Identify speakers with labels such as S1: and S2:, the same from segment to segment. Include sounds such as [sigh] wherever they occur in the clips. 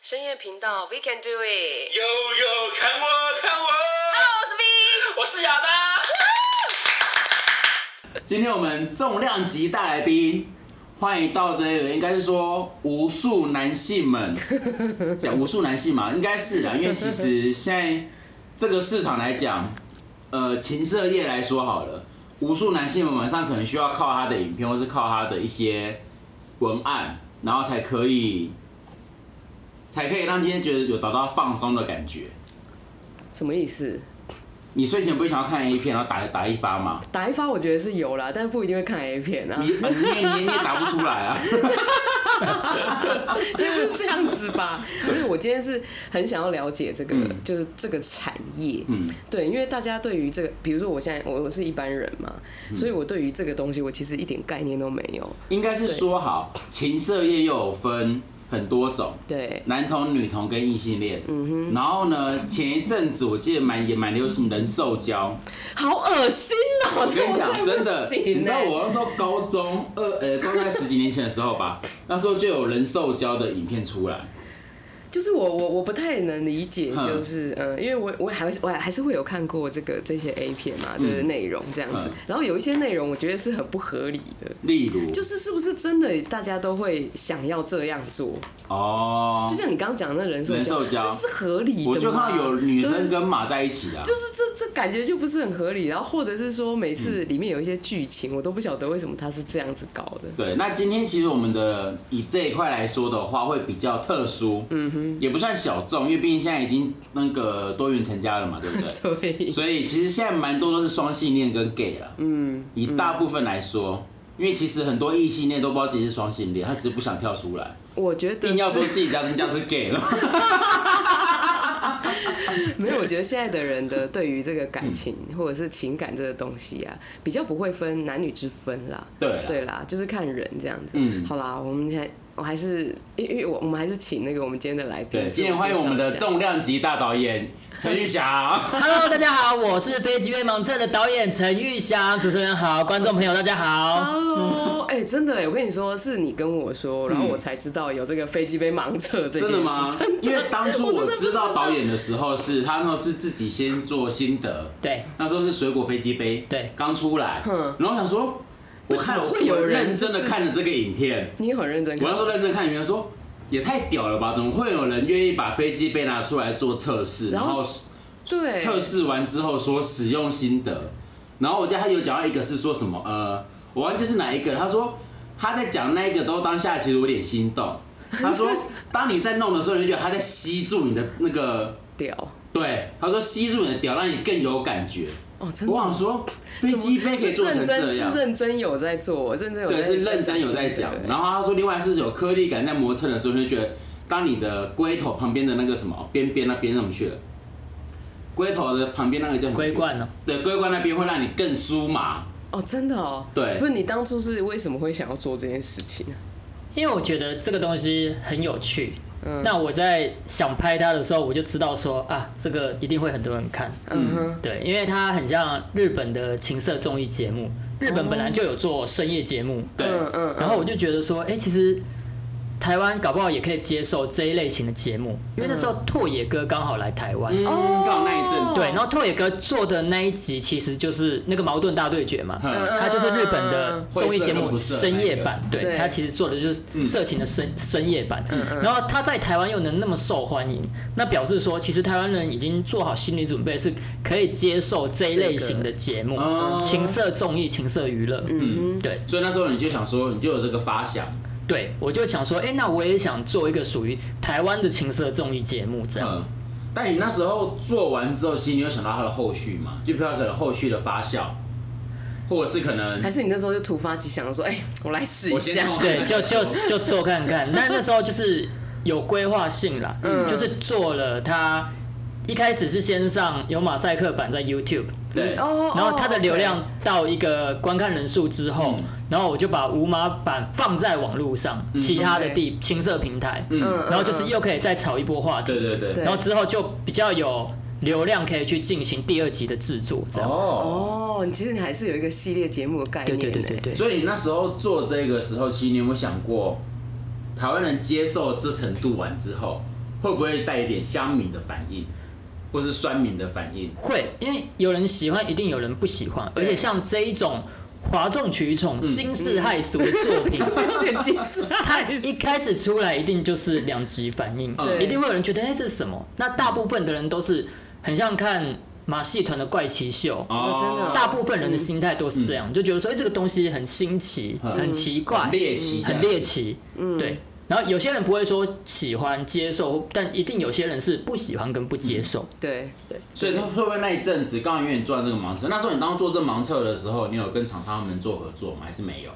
S1: 深夜频道，We can do it。
S2: 悠悠，看我，看我，
S1: Hello，我是
S2: 我是
S1: V。
S2: 亚当。
S3: 今天我们重量级大来宾，欢迎到这个，应该是说无数男性们，讲无数男性嘛，应该是啦，因为其实现在这个市场来讲，呃，情色业来说好了，无数男性们晚上可能需要靠他的影片或是靠他的一些文案，然后才可以，才可以让今天觉得有达到放松的感觉。
S1: 什么意思？
S3: 你睡前不会想要看 A 片，然后打打一发吗？
S1: 打一发我觉得是有啦，但不一定会看 A 片
S3: [laughs]
S1: 啊
S3: 你，反正你也你也打不出来啊。
S1: 不是这样子
S3: [laughs]
S1: 吧？因为我今天是很想要了解这个，
S3: 嗯
S1: 就是这个产业。
S3: 嗯。
S1: 对，因为大家对于这个，比如说我现在我我是一般人嘛，
S3: 嗯
S1: 所以我对于这个东西我其实一点概念都没有。
S3: 应该是说好，情色业又有分很多种，
S1: 对，
S3: 男同、女同跟异性恋。嗯哼。然后呢，前一阵子我记得蛮也蛮流行人兽交。
S1: 好恶心哦、
S3: 我跟你
S1: [laughs]
S3: 讲，
S1: 这
S3: 真
S1: 不
S3: 的，
S1: 行欸
S3: 你知道我那时候高中二呃，高中在十几年前的时候
S1: [laughs]
S3: 吧，那时候就有人兽交的影片出来。
S1: 就是我我我不太能理解，
S3: 嗯
S1: 就是嗯、呃因为我我还会我还是会有看过这个这些 A 片嘛，就是
S3: 嗯
S1: 内容这样子，
S3: 嗯
S1: 然后有一些内容我觉得是很不合理的，
S3: 例如，
S1: 就是是不是真的大家都会想要这样做？
S3: 哦
S1: 就，像你刚刚讲的人兽
S3: 人兽交
S1: 这是合理的吗
S3: 我就看到有女生
S1: 对
S3: 跟马在一起啊。
S1: 就是这这感觉就不是很合理，然后或者是说每次里面有一些剧情，我都不晓得为什么他是这样子搞的。
S3: 对，那今天其实我们的以这一块来说的话，会比较特殊，嗯哼，也不算小众，因为毕竟现在已经那个多元成家了嘛，对 [laughs] 不对？
S1: 所以，
S3: 所以其实现在蛮多都是双性恋跟 gay 了，嗯，以大部分来说，因为其实很多异性恋都不知道自己是双性恋，他只是不想跳出来，
S1: 我觉得
S3: 硬要
S1: [laughs]
S3: 说
S1: 是
S3: 自己家人家是 gay [laughs] 了，
S1: 没有，我觉得现在的人的对于这个感情
S3: 嗯
S1: 或者是情感这个东西啊，比较不会分男女之分啦。
S3: 对啊
S1: 对
S3: 了，
S1: 啦，就是看人这样子。
S3: 嗯
S1: 好啦，我们现在我还是因因为我我们还是请那个我们今天的来宾。
S3: 对，今天欢迎我们的。重量级大导 [laughs] 演陈玉霞，
S4: Hello，大家好，我是《飞机越盲症》的导演陈玉祥，主持人好，观众朋友大家好。
S1: Hello，哎、真的哎、我跟你说，是你跟我说，然后我才知道有这个飞机杯盲测这件
S3: 真
S1: 事。
S3: 的吗？因为当初
S1: 我真
S3: 我
S1: 的不
S3: 知道导演的时候是，他那时候是自己先做心得，
S4: 对，
S3: 那时候是水果飞机杯，
S4: 对
S3: 刚出来，
S1: 嗯
S3: 然后想说，我看
S1: 怎么会有
S3: 我
S1: 人
S3: 认真的
S1: 就是
S3: 看了这个影片，
S1: 你很认真
S3: 我
S1: 看
S3: 那时候认真看影片说，也太屌了吧，怎么会有人愿意把飞机杯拿出来做测试，
S1: 然
S3: 然
S1: 后
S3: 后
S1: 对，
S3: 测试完之后说使用心得，然后我记得他有讲到一个是说什么，呃，我忘记是哪一个，他说他在讲那一个都当下其实我有点心动，他
S1: [laughs]
S3: 说当你在弄的时候，你就觉得他在吸住你的那个，
S1: 屌
S3: 对，他说吸住你的屌，让你更有感觉。
S1: 哦，真的
S3: 我。想说，飞机杯可以做成
S1: 是认
S3: 这
S1: 真
S3: 样
S1: 是，认真有在做，认真有在
S3: 对，是认真有在讲。然后他说，另外是有颗粒感，在磨蹭的时候，你就觉得当你的龟头旁边的那个什么边边那边怎么去了？龟头的旁边那个叫什么
S4: 龟冠呢？
S3: 对，龟冠那边会让你更酥麻。
S1: 哦，真的哦，
S3: 对
S1: 不是你当初是为什么会想要做这件事情啊？
S4: 因为我觉得这个东西很有趣，
S1: 嗯
S4: 那我在想拍它的时候，我就知道说啊，这个一定会很多人看。
S1: 嗯哼，
S4: 对，因为它很像日本的情色综艺节目，日本本来就有做深夜节目，
S3: 对，
S1: 嗯嗯，
S4: 然后我就觉得说，哎、其实台湾搞不好也可以接受这一类型的节目，因为那时候拓野哥刚好来台湾，
S3: 嗯，刚好那一阵，
S4: 对，然
S1: 哦
S4: 后拓野哥做的那一集其实就是那个矛盾大对决嘛，
S3: 嗯
S4: 他就是日本的综艺节目深夜版，
S1: 色对
S4: 对他其实做的就是色情的深深夜版，然后他在台湾又能那么受欢迎，那表示说其实台湾人已经做好心理准备，是可以接受这一类型的节目
S3: 这个哦，
S4: 情色综艺、情色娱乐，嗯，对
S3: 所以那时候你就想说，你就有这个发想，
S4: 对，我就想说，哎，那我也想做一个属于台湾的情色综艺节目这样。
S3: 嗯。但你那时候做完之后，其实你有想到它的后续嘛？就比如它可能后续的发酵，或者是可能
S1: 还是你那时候就突发奇想说，哎、我来试一
S3: 我先
S1: 下，
S3: 从
S4: [laughs] 对，就就就做看看。那那时候就是有规划性啦，就是做了它。一开始是先上有马赛克版在 YouTube，
S3: 对
S1: 哦，
S4: 然后它的流
S1: 哦
S4: 量到一个观看人数之后
S3: 嗯，
S4: 然后我就把无码版放在网络上，其他的地青色平台，
S1: ，OK，
S4: 然后就是又可以再炒一波话题，
S3: 对对嗯对
S1: 对
S4: 然后之后就比较有流量可以去进行第二集的制作，这样。
S3: 哦
S1: 哦，你其实你还是有一个系列节目的概
S4: 对
S1: 念，
S4: 对对对，对。
S3: 所以你那时候做这个时候，其实你有没有想过，台湾人接受这程度完之后，会不会带一点乡民的反应，或是酸民的反应？
S4: 会，因为有人喜欢，一定有人不喜欢，而
S1: 对
S4: 且像这一种哗众取宠、
S3: 嗯
S4: 惊世骇俗的作品。
S1: [laughs] 有点近视，
S4: 它一开始出来一定就是两极反应，
S1: 对
S3: 嗯
S4: 一定会有人觉得哎、这是什么？那大部分的人都是很像看马戏团的怪奇秀，
S1: 哦真的哦
S4: 大部分人的心态都是这样，就觉得说哎、这个东西很新奇、
S3: 嗯
S4: 很奇怪、
S3: 很猎奇，啊
S4: 很猎奇，
S1: 嗯
S4: 对。然后有些人不会说喜欢接受，但一定有些人是不喜欢跟不接受。
S3: 嗯
S1: 对，
S3: 所以他会不会那一阵子刚好因为你做到这个盲测，那时候你当做这盲测的时候，你有跟厂商们做合作吗？还是没有？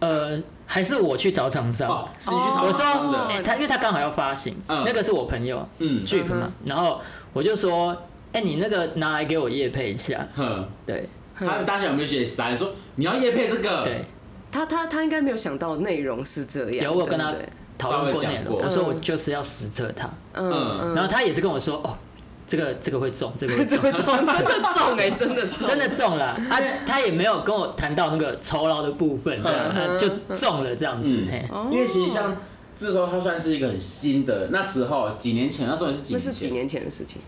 S4: 呃，还是我去找厂商。
S3: 哦，是你去厂
S4: 我说
S3: 商的，
S4: 哎他因为他刚好要发行，
S3: 嗯
S4: 那个是我朋友
S3: 嗯，
S4: 剧本
S1: 嗯
S4: 嘛，然后我就说，哎、你那个拿来给我夜配一下，
S3: 哼，
S4: 对
S3: 他大家有没有觉得塞？说你要夜配这个，
S4: 对，
S1: 他他他应该没有想到内容是这样，
S4: 有我跟他
S1: 对不对
S4: 讨论过内
S3: 稍微讲
S4: 容，
S3: 过
S4: 我说
S1: 嗯
S4: 我就是要实测它，
S1: 嗯，
S4: 然后他也是跟我说，哦，这个这个会中，这个
S3: [laughs]
S4: 会
S1: 这
S4: 中。
S1: 么重，真的
S4: [laughs]
S1: 重哎、真的重，
S4: 真的中了啊！他也没有跟我谈到那个酬劳的部分，这样
S1: 嗯
S4: 啊就中了这样子。
S3: 嗯
S4: 嘿，
S1: 哦
S3: 因为其实像这时候它算是一个很新的，那时候几年前，那时候也是几
S1: 那
S3: 年
S1: 是几
S3: 前，
S1: 年前的事情，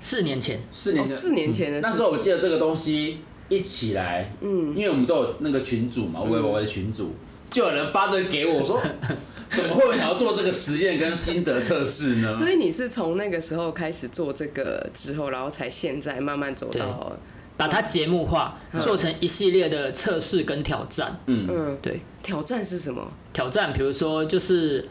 S4: 四年前，
S3: 四
S1: 哦，
S3: 年前，嗯
S1: 四年前的事情。
S3: 那时候我记得这个东西一起来，嗯，因为我们都有那个群组
S1: 嗯
S3: 嘛，微博的群组，就有人发这个给我，我说
S1: [laughs]
S3: 怎么会有想要做这个实验跟心得测试
S4: 嗯
S3: 呢？
S1: 所以你是从那个时候开始做这个之后，然后才现在慢慢走到，
S4: 把它节目化，做成一系列的测试跟挑战。
S3: 嗯，
S1: 嗯，
S4: 对，
S1: 挑战是什么？
S4: 挑战，比如说就是，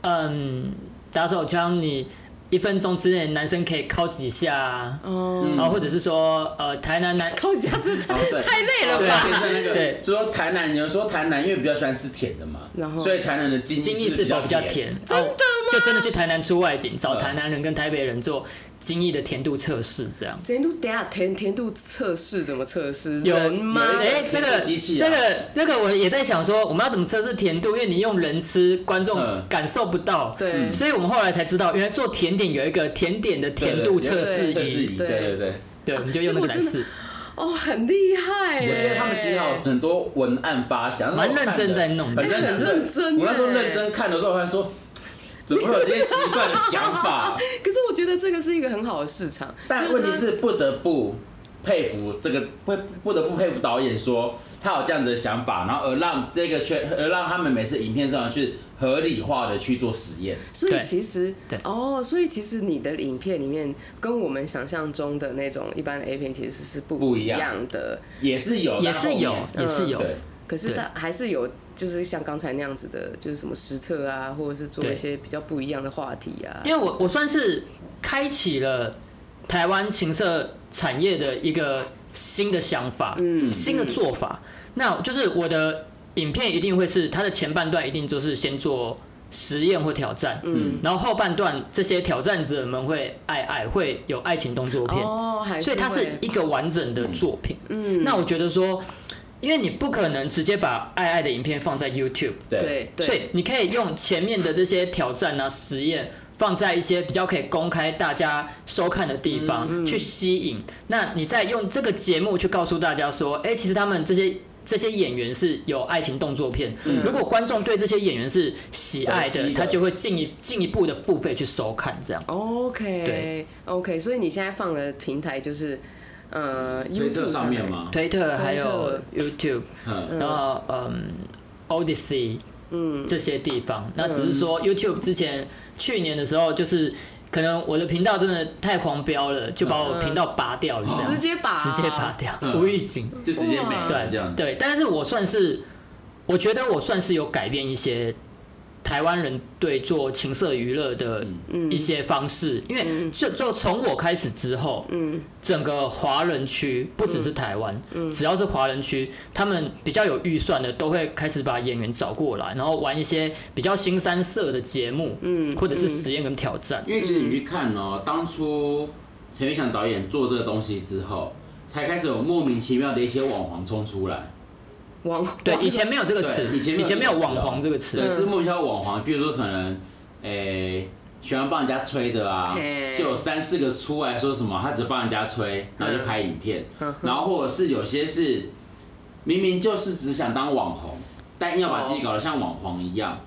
S4: 嗯，打手枪你一分钟之内男生可以敲几下啊，
S1: 哦，
S4: 然后或者是说呃台南男
S1: 靠一下这
S3: 哦对
S1: 太累了
S3: 对
S1: 吧？
S3: 现在那个
S4: 对
S3: 就说台南，有人说台南因为比较喜欢吃甜的嘛，
S1: 然后
S3: 所以台南的金
S4: 精益
S3: 是
S4: 是否比较
S3: 甜。
S4: 甜？
S1: 真的吗
S4: 哦就真的去台南出外景，找
S3: 嗯
S4: 台南人跟台北人做精益的甜度测试，这样。
S1: 甜度等一下甜甜度测试怎么测试？
S4: 有
S1: 人吗？
S4: 有哎、这
S3: 甜
S4: 个
S3: 度机器啊
S4: 这个这个，我也在想说，我们要怎么测试甜度？因为你用人吃，观众
S3: 嗯
S4: 感受不到。
S1: 对
S4: 所以我们后来才知道，原来做甜点有一个甜点的甜度测试
S3: 测试
S4: 仪。
S3: 仪，
S1: 对
S3: 对对对。
S4: 对，我们就用那个来
S1: 结
S4: 试。
S1: 哦，很厉害欸耶！
S3: 我记得他们其实还有很多文案发想，
S4: 哎蛮
S3: 那时候我看
S4: 认真
S3: 的
S4: 在弄的
S3: 很认真
S1: 哎
S3: 的。
S1: 很认真
S3: 我那时候
S1: 哎
S3: 认真看的时候，我还说，怎么会有这些奇怪的想
S1: [laughs]
S3: 法？
S1: 可是我觉得这个是一个很好的市场，
S3: 但
S1: 就
S3: 问
S1: 它
S3: 题是不得不佩服这个，不不得不佩服导演说他有这样子的想法，然后而让这个圈，而让他们每次影片上去合理化的去做实验。
S1: 所以
S4: 对
S1: 其实
S4: 对
S1: 哦，所以其实你的影片里面跟我们想象中的那种一般的 A 片其实是不
S3: 不
S1: 一
S3: 一样
S1: 样的，
S3: 也是有，
S4: 也是有，
S3: 但
S4: 也是
S1: 嗯
S4: 有
S3: 后面。对，
S1: 可是
S4: 对
S1: 它还是有就是像刚才那样子的，就是什么实测啊，或者是做
S4: 对
S1: 一些比较不一样的话题啊。
S4: 因为我我算是开启了台湾情色产业的一个新的想法，嗯，新的做法。那就是我的影片一定会是它的前半段一定就是先做实验或挑战，嗯，然后后半段这些挑战者们会爱爱会有爱情动作片，
S1: 哦，还是
S4: 所以它是
S1: 会
S4: 一个完整的作品。嗯，那我觉得说，因为你不可能直接把爱爱的影片放在 YouTube。
S3: 对，
S1: 对
S4: 所
S1: 对
S4: 以你可以用前面的这些挑战啊、实验，放在一些比较可以公开大家收看的地方、去吸引。那你再用这个节目去告诉大家说，哎、其实他们这些。这些演员是有爱情动作片，如果观众对这些演员是嗯喜爱
S3: 熟
S4: 的，
S3: 悉的
S4: 他就会进一进一步的付费去收看，这样
S1: OK
S4: 对
S1: OK，所以你现在放的平台就是呃
S3: 推特
S1: YouTube
S3: 上面
S1: 面
S3: 嘛，
S4: 推特还有 YouTube，
S3: 嗯，
S4: 然后嗯，Odyssey，嗯，这些地方。那只是说 YouTube 之前去年的时候，就是可能我的频道真的太狂飙了，就把我频道拔掉了，这
S1: 直
S4: 样
S1: 接把
S4: 直接拔掉，
S3: 嗯
S4: 无预警。
S3: 就直接没
S1: 哇
S3: 了这
S4: 对
S3: 样子。
S4: 对，但是我算是，我觉得我算是有改变一些台湾人对做情色娱乐的
S3: 嗯
S4: 一些方式，因为就就从我开始之后，嗯，整个华人区不只是台湾，只要是华人区，他们比较有预算的都会开始把演员找过来，然后玩一些比较新三色的节目，嗯，或者是实验跟挑战，
S3: 因为其实你去看哦，当初陈玉祥导演做这个东西之后，才开始有莫名其妙的一些网红冲出来。
S1: 网
S4: 对，
S1: 网
S4: 以前没有这个
S3: 对
S4: 词，
S3: 以前没有
S4: 以前没有
S3: 这个词
S4: 网
S3: 哦
S4: 红这个词，
S3: 对，是莫名其妙网红，比如说可能，诶、喜欢帮人家吹的啊
S1: 嘿，
S3: 就有三四个出来说什么，他只帮人家吹，然后就拍影片，
S1: 嗯
S3: 然后或者是有些是明明就是只想当网红，但硬要把自己搞得像网红一样，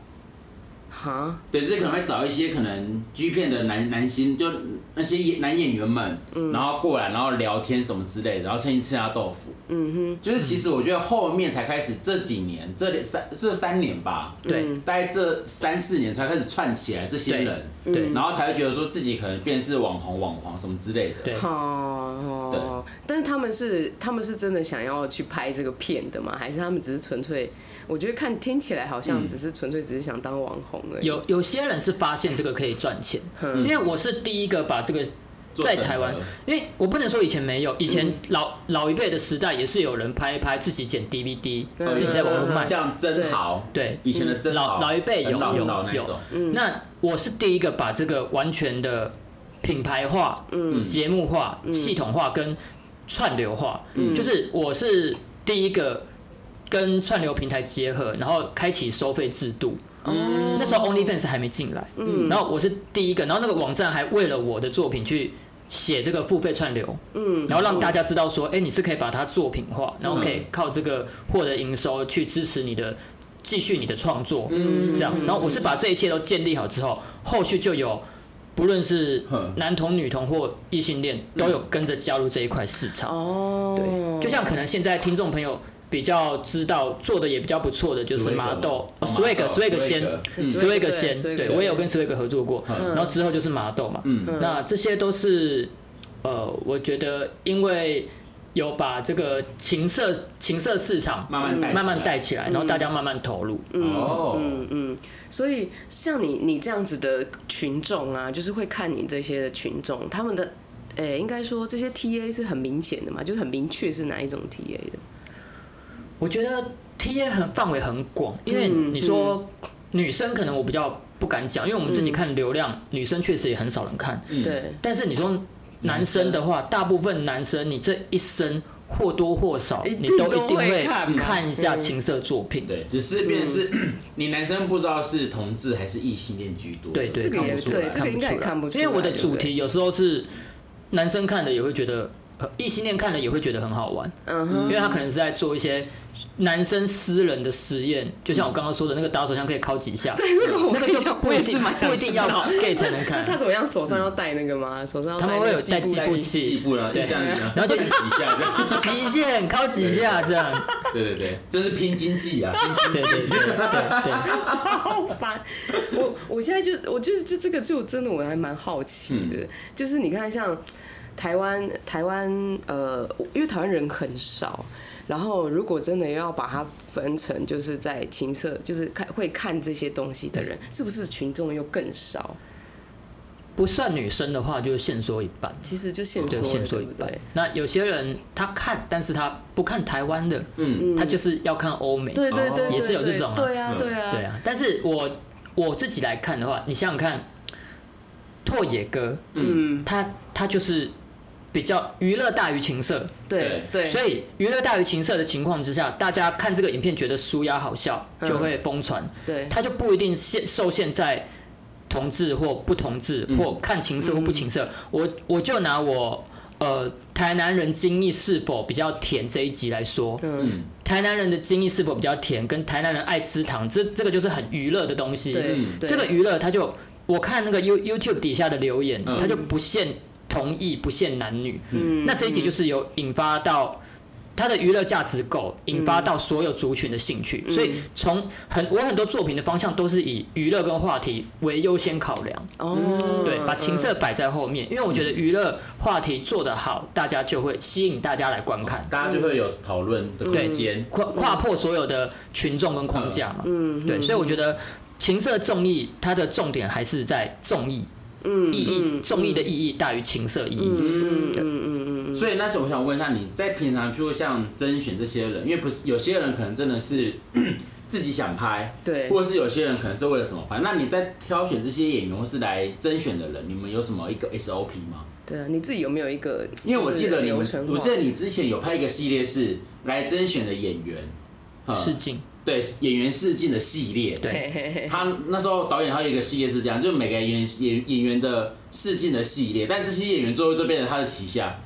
S1: 哈，
S3: 对，就是可能会找一些可能 G 片的男男星，就那些演男演员们，
S4: 嗯
S3: 然后过来，然后聊天什么之类的，然后趁机吃下豆腐。嗯哼，就是其实我觉得后面才开始这几年，这里三这三年吧，
S4: 对
S3: 大概这三四年才开始串起来这些人，
S4: 对对
S3: 然后才会觉得说自己可能变成是网红、网黄什么之类的。
S4: 对
S1: 哦，但是他们是他们是真的想要去拍这个片的吗？还是他们只是纯粹？我觉得看听起来好像只是纯粹只是想当网红而已。
S4: 有有些人是发现这个可以赚钱，因为我是第一个把这个
S3: 嗯做嗯
S4: 在
S3: 整
S4: 台湾
S3: 合，
S4: 因为我不能说以前没有，以前老、老一辈的时代也是有人拍一拍自己剪 DVD，、
S1: 嗯
S4: 自己在网络卖。
S3: 像真豪，
S4: 对嗯
S3: 以前的真
S4: 老
S3: 豪，
S4: 老一辈有
S3: 很老
S4: 有
S3: 很老那
S4: 有
S3: 种，
S4: 那我是第一个把这个完全的品牌化、
S3: 嗯
S4: 节目化、系统化跟串流化，
S3: 嗯
S4: 就是我是第一个跟串流平台结合，然后开启收费制度。
S1: 哦
S4: 那时候 OnlyFans 还没进来，然后我是第一个，然后那个网站还为了我的作品去写这个付费串流，
S1: 嗯
S4: 然后让大家知道说，哎、你是可以把它作品化，然后可以靠这个获得营收去支持你的继续你的创作，这样。然后我是把这一切都建立好之后，后续就有不论是
S3: 哼
S4: 男同、女同或异性恋，都有跟着加入这一块市场。
S1: 哦，
S4: 对，就像可能现在听众朋友。比较知道做的也比较不错的就是
S3: Swag
S4: 麻豆
S3: 嘛麻豆
S4: Swag，Swag
S3: Swag
S4: 先
S1: 嗯
S4: Swag
S1: Swag，
S4: 先，
S1: 对嗯
S4: 对
S1: Swag
S4: 我也有跟 Swag 合作过，然后之后就是麻豆嘛，
S1: 嗯
S4: 那这些都是呃，我觉得因为有把这个情色情色市场
S3: 慢慢带，
S4: 慢慢。带起来，然后大家慢慢投入，
S3: 哦，
S1: 嗯，所以像你你这样子的群众啊，就是会看你这些的群众，他们的，呃、应该说这些 TA 是很明显的嘛，就是很明确是哪一种 TA 的。
S4: 我觉得 T A 很范围很广，因为
S1: 嗯
S4: 你说女生可能我比较不敢讲，因为我们自
S1: 嗯
S4: 己看流量，女生确实也很少人看，
S1: 对，
S4: 但是你说男生的话，大部分男生你这一生或多或少，
S1: 一定
S4: 你都
S1: 哎都
S4: 一定
S1: 会
S4: 会
S1: 看嘛嗯
S4: 看一下情色作品。
S3: 对，只是变成是、 [clears throat] 你男生不知道是同志还是异性恋居多。
S4: 对对，
S1: 这个也
S4: 看不出
S1: 对
S4: 来
S1: 这个应该也看不出来
S4: 因为我的主
S1: 对不对
S4: 题有时候是男生看的也会觉得，呃异性恋看了也会觉得很好玩，
S1: 嗯哼，
S4: 因为他可能是在做一些男生私人的实验，就像我刚刚说的那个打手枪可以敲
S1: [laughs]
S4: 几下，
S1: 那个我
S4: 那个
S1: 跟你
S4: 就
S1: 讲，
S4: 不
S1: 我
S4: 一
S1: 也是
S4: 定
S1: 蛮想
S4: 不一定
S1: 知
S4: 要
S1: 道
S4: gay 才
S1: [laughs]
S4: 能
S1: 那
S4: 看
S1: 他，怎么样？手上要戴那个吗？手上要
S4: 他们
S1: 那
S4: 会
S1: 个
S4: 有带
S1: 计
S4: 计
S1: 步
S4: 步
S3: 进
S1: 器
S3: 一
S4: 器，
S3: 步了，就这样子啊，
S4: 然后就
S3: 就 [laughs] 一下这样。
S4: 极限敲几下这
S1: [laughs]
S4: 样，
S3: 对对对，这是拼经济啊，拼
S4: 对对对对对。
S1: [laughs] 好烦。我我现在就我就是就这个就真的我还蛮好奇的，
S3: 嗯
S1: 就是你看像台湾台湾呃，因为台湾人很少。然后，如果真的要把它分成，就是在情色，就是看会看这些东西的人，
S3: 嗯
S1: 是不是群众又更少？
S4: 不算女生的话，就是限缩一半，
S1: 其实就现说
S4: 就限
S1: 了，
S4: 缩
S1: 对
S4: 一
S1: 不
S4: 半
S1: 对？。
S4: 那有些人他看，但是他不看台湾的，
S3: 嗯，
S4: 他就是要看欧
S1: [laughs]
S4: 美，
S1: 对对对对，
S4: 也是有这
S1: 对
S4: 种啊
S1: 对啊，对啊，
S4: 对啊。但是我我自己来看的话，你想想看，拓野哥，嗯，他他就是比较娱乐大于情色，
S1: 对对，
S4: 所以娱乐大于情色的情况之下，大家看这个影片觉得舒压好笑，
S1: 嗯
S4: 就会疯传，
S1: 对
S4: 他就不一定限受限在同志或不同志，或看情色或不情色。我我就拿我呃台南人精液是否比较甜这一集来说，
S1: 嗯
S4: 台南人的精液是否比较甜，跟台南人爱吃糖，这这个就是很娱乐的东西。
S1: 对
S3: 嗯
S1: 对
S4: 这个娱乐，他就我看那个 You YouTube 底下的留言，
S3: 嗯
S4: 他就不限同意，不限男女。那这一集就是有引发到它的娱乐价值够，引发到所有族群的兴趣。所以从很我很多作品的方向都是以娱乐跟话题为优先考量，
S1: 哦，
S3: 嗯
S4: 对，把情色摆在后面，因为我觉得娱乐话题做得好，大家就会吸引大家来观看。
S3: 大家就会有讨论的空
S1: 嗯
S3: 间。
S4: 跨跨破所有的群众跟框架嘛。嗯，对，所以我觉得情色重义它的重点还是在重义，嗯，意义重义的意义大于情色意义。
S1: 嗯嗯嗯嗯嗯，
S3: 所以那时候我想问一下，你在平常，譬如像甄选这些人，因为不是有些人可能真的是 [clears throat] 自己想拍，
S1: 对
S3: 或者是有些人可能是为了什么拍。那你在挑选这些演员或是来甄选的人，你们有什么一个 SOP 吗？
S1: 对啊，你自己有没有一个？
S3: 因为我记
S1: 就是
S3: 得你
S1: 流
S3: 们
S1: 程，化，
S3: 我记得你之前有拍一个系列是来甄选的演员，
S1: 嗯
S3: 呃
S4: 试镜，
S3: 对演员试镜的系列。
S4: 对
S1: 嘿嘿嘿
S3: 他那时候导演还有一个系列是这样，就每个演员演演员的试镜的系列，但这些演员最后都变成他的旗下。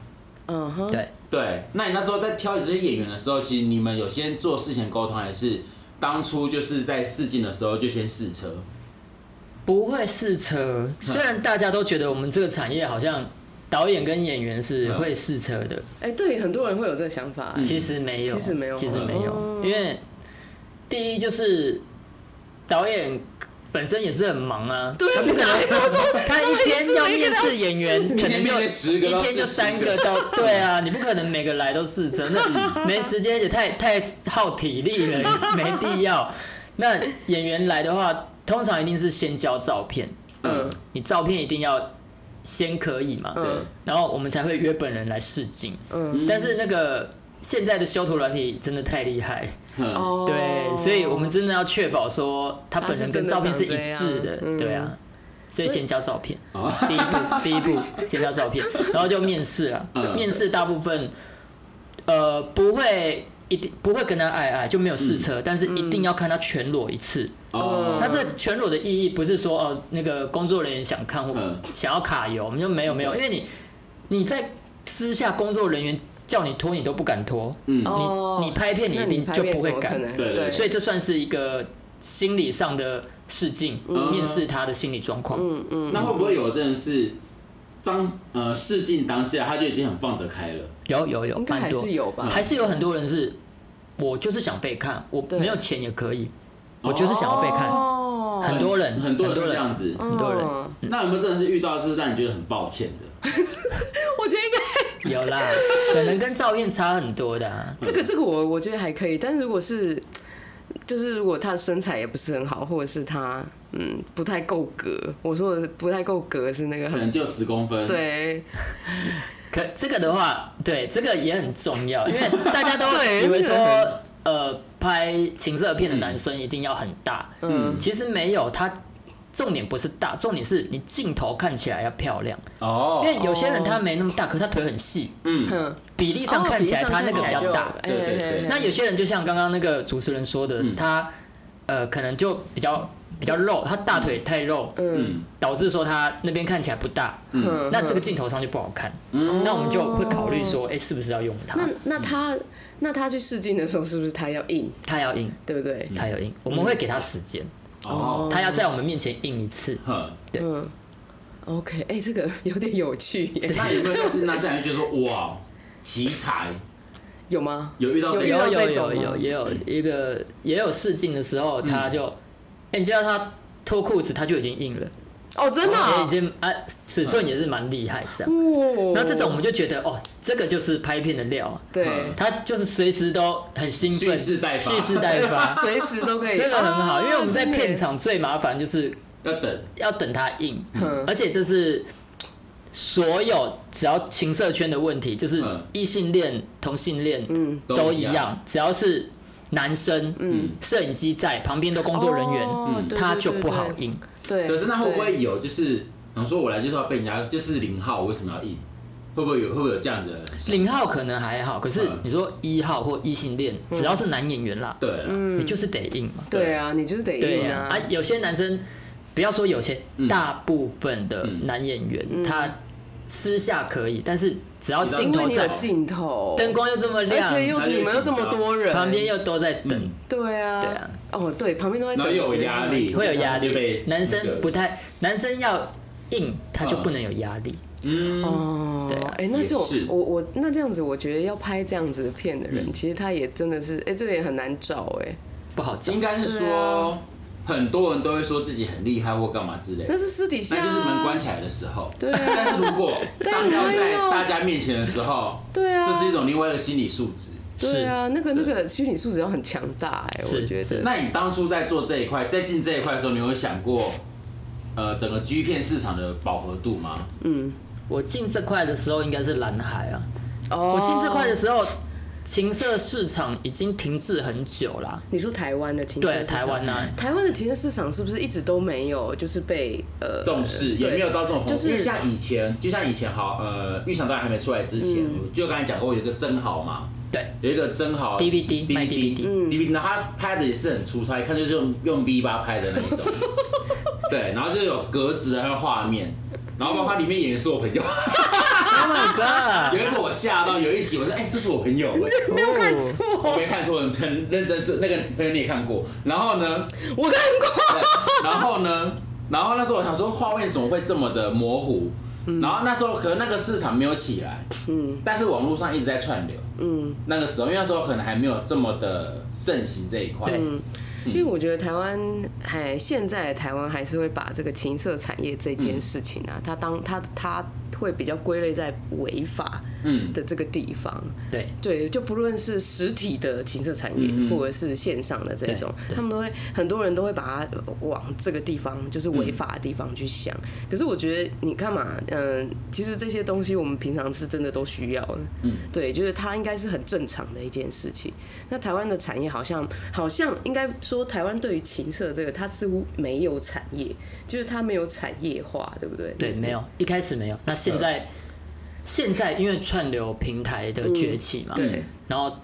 S1: 嗯哼，
S4: 对，
S3: 对，那你那时候在挑选这些演员的时候，其实你们有先做事前沟通，还是当初就是在试镜的时候就先试车？
S4: 不会试车。虽然大家都觉得我们这个产业好像导演跟演员是
S3: 嗯
S4: 会试车的，
S1: 哎、对，很多人会有这个想法、哎
S4: 其实没有，
S1: 其实没有
S4: 其实没
S1: 哦
S4: 有，因为第一就是导演本身也是很忙啊，
S1: 对
S4: 他不可
S1: 哪有那么多
S4: 能， [laughs] 他一天要面试演员，
S3: 一
S4: 可
S3: 天
S4: 能
S3: 面
S4: 就
S3: 试十个
S4: 一
S3: 到
S4: 天就
S3: 40
S4: 三个到，对啊，你不可能每个来都是真的， [laughs] 没时间，也太太耗体力了， [laughs] 没必要。那演员来的话，通常一定是先交照片，
S1: 嗯
S4: 你照片一定要先可以嘛，
S1: 嗯
S4: 对，然后我们才会约本人来试镜。
S1: 嗯
S4: 但是那个现在的修图软体真的太厉害，
S3: 嗯
S1: [laughs] 哦，
S4: 对，所以我们真的要确保说他本人跟照片是一致的，
S1: 他是真的长这样
S4: 对啊，所以先交照片，
S3: 哦
S4: 第一
S3: [laughs]
S4: 步，第一步先交照片，然后就面试了，
S3: 嗯
S4: 面试大部分呃不会。一定不会跟他爱爱，就没有试车，
S3: 嗯
S4: 但是一定要看他全裸一次。
S3: 哦，
S1: 嗯
S4: 他这全裸的意义不是说哦，那个工作人员想看或、
S3: 嗯
S4: 想要卡油，我们就没有没有，因为你你在私下工作人员叫你脱，你都不敢脱，
S3: 嗯
S1: 哦
S4: 你你拍片你
S1: 那
S4: 一
S1: 你
S4: 定
S1: 拍
S4: 就
S1: 片
S4: 不
S1: 怎
S4: 会
S1: 么可
S4: 敢，
S1: 能？
S3: 对
S1: 对，
S4: 所以这算是一个心理上的试镜，
S3: 嗯
S4: 面试他的心理状况。
S1: 嗯嗯，
S3: 那会不会有真的是当呃试镜当下他就已经很放得开了？
S4: 有有有，
S1: 应该
S4: 蛮
S1: 还
S4: 多
S1: 是有吧，
S4: 还是有很多人是，我就是想被看，我
S1: 对
S4: 没有钱也可以，我就是想要被看。
S1: 哦
S4: 很多人
S3: 很多人
S4: 很多
S3: 是
S4: 人
S3: 这样子。
S4: 很多人
S1: 嗯
S3: 那有没有真的是遇到是让你觉得很抱歉的？
S1: 我觉得应该
S4: 嗯有啦，可能跟照片差很多的、啊。
S1: 这个这个我我觉得还可以，但是如果是就是如果他的身材也不是很好，或者是他嗯不太够格，我说的是不太够格是那个
S3: 可
S1: 很
S3: 能就十公分。，
S1: 对
S4: 可这个的话，对这个也很重要，因为大家都
S1: [laughs] 对
S4: 以为说
S1: 这个很，
S4: 呃，拍情色片的男生一定要很大，
S1: 嗯
S4: 其实没有，他重点不是大，重点是你镜头看起来要漂亮，因
S3: 哦，
S4: 为有些人他没那么大，可是他腿很细，
S3: 嗯，
S1: 哼，
S4: 比例上
S1: 哦
S4: 看起来
S1: 比例上
S4: 他那个比
S1: 看起
S4: 较
S1: 来
S4: 大
S1: 就。
S3: 对对对
S1: 哎哎哎哎
S4: 那有些人就像刚刚那个主持人说的，
S3: 嗯
S4: 他呃可能就比较比较肉，他大腿太肉，
S1: 嗯
S3: 嗯
S4: 导致说他那边看起来不大，
S1: 哼
S4: 那这个镜头上就不好看。
S3: 嗯
S4: 那我们就会考虑说，哎、是不是要用它？
S1: 那那他那他去试镜的时候是不是他要硬，
S4: 他要硬，
S1: 对不
S3: 嗯
S1: 对？
S4: 他要硬，我们会给他时间，
S3: 哦，
S4: 他要在我们面前硬一次。
S3: 哼。
S1: 嗯，OK，哎、这个有点有趣耶，
S3: 那有没有就是那下人就觉得说哇奇才
S1: 有吗？
S3: 有遇到这
S1: 遇到
S3: 个
S4: 有
S1: 这
S4: 有
S1: 种
S4: 有
S1: 吗
S4: 有也有一个也有试镜的时候，他就，
S3: 嗯
S4: 哎、你知道他脱裤子他就已经硬了，
S1: 哦，真的、
S4: 也
S1: 啊嗯
S4: 已，经啊尺寸也是蛮厉害这样。
S1: 哇
S4: 那这种我们就觉得哦，这个就是拍片的料啊，
S1: 对，，
S4: 他就是随时都很兴奋，
S3: 蓄势待发
S4: 蓄势待
S1: [laughs]
S4: 发
S1: 随时都可以，
S4: 这个很好，
S1: 啊
S4: 因为我们在
S1: 真的耶
S4: 片场最麻烦就是
S3: 要等
S4: 要等它硬，
S1: 嗯
S4: 而且这是所有只要情色圈的问题，就是
S3: 嗯
S4: 异性恋、同性恋
S1: 嗯
S4: 都
S3: 一
S4: 一样，只要是男生，
S1: 嗯
S4: 摄影机在旁边的工作人员，
S1: 哦对对
S4: 他就
S1: 对
S4: 不好
S1: 对
S4: 硬。
S1: 对，
S3: 可是那会不
S1: 对
S3: 会有就是，想说我来就是要被人家就是零号，我为什么要硬？会不会有会不会有这样子的人？
S4: 零号可能还好，可是
S3: 嗯
S4: 你说一号或异性恋，只要是男演员啦，
S3: 对啊了，
S4: 你就是得硬嘛。
S1: 嗯对啊，你就是得
S4: 对
S1: 硬
S4: 呀、啊
S1: 啊，，
S4: 有些男生，不要说有些，
S3: 嗯
S4: 大部分的
S3: 嗯
S4: 男演员、他私下可以，但是只要
S3: 啊
S4: 镜
S1: 因
S4: 头
S1: 为你有
S4: 在，
S1: 镜头，
S4: 灯光又这么
S1: 而
S4: 亮，
S1: 且又你们又这么多人，
S4: 旁边又都在等
S3: 嗯，
S1: 对啊，
S4: 对啊，
S1: 哦对，旁边都在
S3: 然后
S1: 等，
S3: 又有
S1: 对是
S3: 压
S1: 蛮
S3: 力
S1: 紧
S4: 会有压
S3: 就
S4: 力
S3: 被。那
S4: 男
S3: 个
S4: 生不太，男生要硬，他就不能有压力。
S3: 嗯，
S1: 哦，
S4: 对啊
S1: 哎、那这种
S3: 也是
S1: 我我那这样子，我觉得要拍这样子的片的人，
S3: 嗯
S1: 其实他也真的是，哎、这个也很难找哎、
S4: 不好找
S3: 应。该是
S1: 对
S3: 说很多人都会说自己很厉害或干嘛之类
S1: 那
S3: 的。
S1: 是私底下、
S3: 那
S1: 啊，
S3: 就是门关起来的时候，
S1: 对啊
S3: [laughs] 但是如
S1: [laughs]
S3: 果
S1: 但
S3: 当
S1: 我
S3: 要
S1: 还
S3: 在
S1: 要
S3: 大家面前的时候，
S1: 对啊，
S3: 这是一种另外一个心理素质。
S1: 对啊，那个那
S3: 对
S1: 个虚拟素质要很强大哎、
S4: 是
S1: 我觉
S4: 是
S1: 得
S3: 那你当初在做这一块，在进这一块的时候，你有想过，呃，整个 G 片市场的饱和度吗？
S4: 我进这块的时候应该是蓝海啊，
S1: 哦
S4: 我进这块的，时候，情色市场已经停滞很久啦。
S1: 你说台湾的情色
S4: 对
S1: 市场
S4: 台
S3: 啊
S4: 湾呢、啊
S1: 台湾的情色市场是不是一直都没有就是被呃
S3: 重视也
S1: 对
S3: 没有到这种，
S1: 就是
S3: 因为像以前，就像以前好，呃，玉祥导演还没出来之前，
S1: 嗯
S3: 我就刚才讲过有一个真豪嘛，
S4: 对，
S3: 有一个真豪
S4: DVD 卖 DVD
S3: DVD，然后他拍的也是很粗糙，一看就是用用 V 八拍的那一
S1: [laughs]
S3: 种，对，然后就有格子还有画面，然后包括里面演员是我
S1: [laughs]
S3: 朋友，
S4: Oh my
S3: 有
S4: god！
S3: 一个我吓到，有一集我说哎、这是我朋友，我
S1: [laughs] 没有看错，
S3: 没看错， [laughs] 很认真是那个朋友你也看过，然后呢，
S1: 我看过，
S3: 然后呢，然后那时候我想说画面怎么会这么的模糊，然后那时候可能那个市场没有起来，嗯，但是网络上一直在串流，嗯，那个时候因为那时候可能还没有这么的盛行这一块，
S4: 对
S3: 嗯
S1: 因为我觉得台湾还现在的台湾还是会把这个情色产业这
S3: 嗯
S1: 件事情啊，它当它它会比较归类在违法
S3: 嗯，
S1: 的这个地方。
S4: 对，
S1: 对，就不论是实体的情色产业，
S3: 嗯嗯
S1: 或者是线上的这种
S4: 对，对
S1: 他们都会很多人都会把它往这个地方，就是违
S4: 嗯
S1: 法的地方去想。可是我觉得，你看嘛，嗯、其实这些东西我们平常是真的都需要的，
S3: 嗯，
S1: 对，就是它应该是很正常的一件事情。那台湾的产业好像好像应该说，台湾对于情色这个，它似乎没有产业，就是它没有产业化，对不对？
S4: 对，没有，一开始没有。那现在，现在因为串流平台的崛起嘛，
S1: 对，
S4: 然后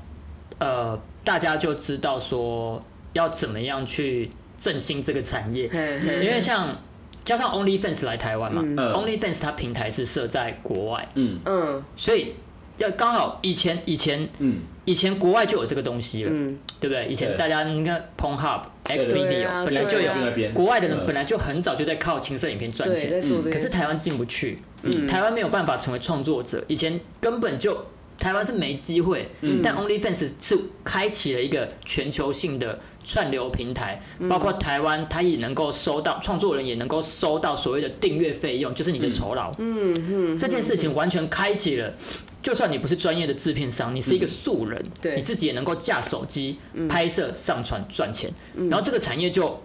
S4: 呃，大家就知道说要怎么样去振兴这个产业，
S1: 嘿
S4: 因
S1: 嘿
S4: 为像加上 OnlyFans 来台湾嘛、
S3: 嗯
S4: o n l y f a n s 它平台是设在国外，
S3: 嗯
S1: 嗯
S4: 所以要刚好以前以前
S3: 嗯，
S4: 以前国外就有这个东西了，
S1: 嗯，
S4: 对不对？以前
S3: 对
S4: 大家你看 Pornhub、
S1: 对
S4: Xvideo、
S1: 啊
S4: 本来就
S1: 对
S4: 有
S1: 啊，
S3: 那边
S4: 国外的人
S3: 嗯
S4: 本来就很早就在靠情色影片赚
S1: 对，
S4: 钱，
S1: 在做这
S4: 嗯
S1: 件
S4: 可是
S1: 事。嗯
S4: 台湾进不去，嗯台湾没有办法成为创作者，以前根本就台湾是没机会。
S1: 嗯
S4: 但 OnlyFans 是开启了一个全球性的串流平台，
S1: 嗯
S4: 包括台湾，它也能够收到创作人也能够收到所谓的订阅费用，就是你的酬劳。嗯嗯，这件事情完全开启了。就算你不是专业的制片商，你是一个素人，
S1: 嗯对
S4: 你自己也能够架手机拍摄、上传赚钱，
S1: 嗯
S4: 然后这个产业就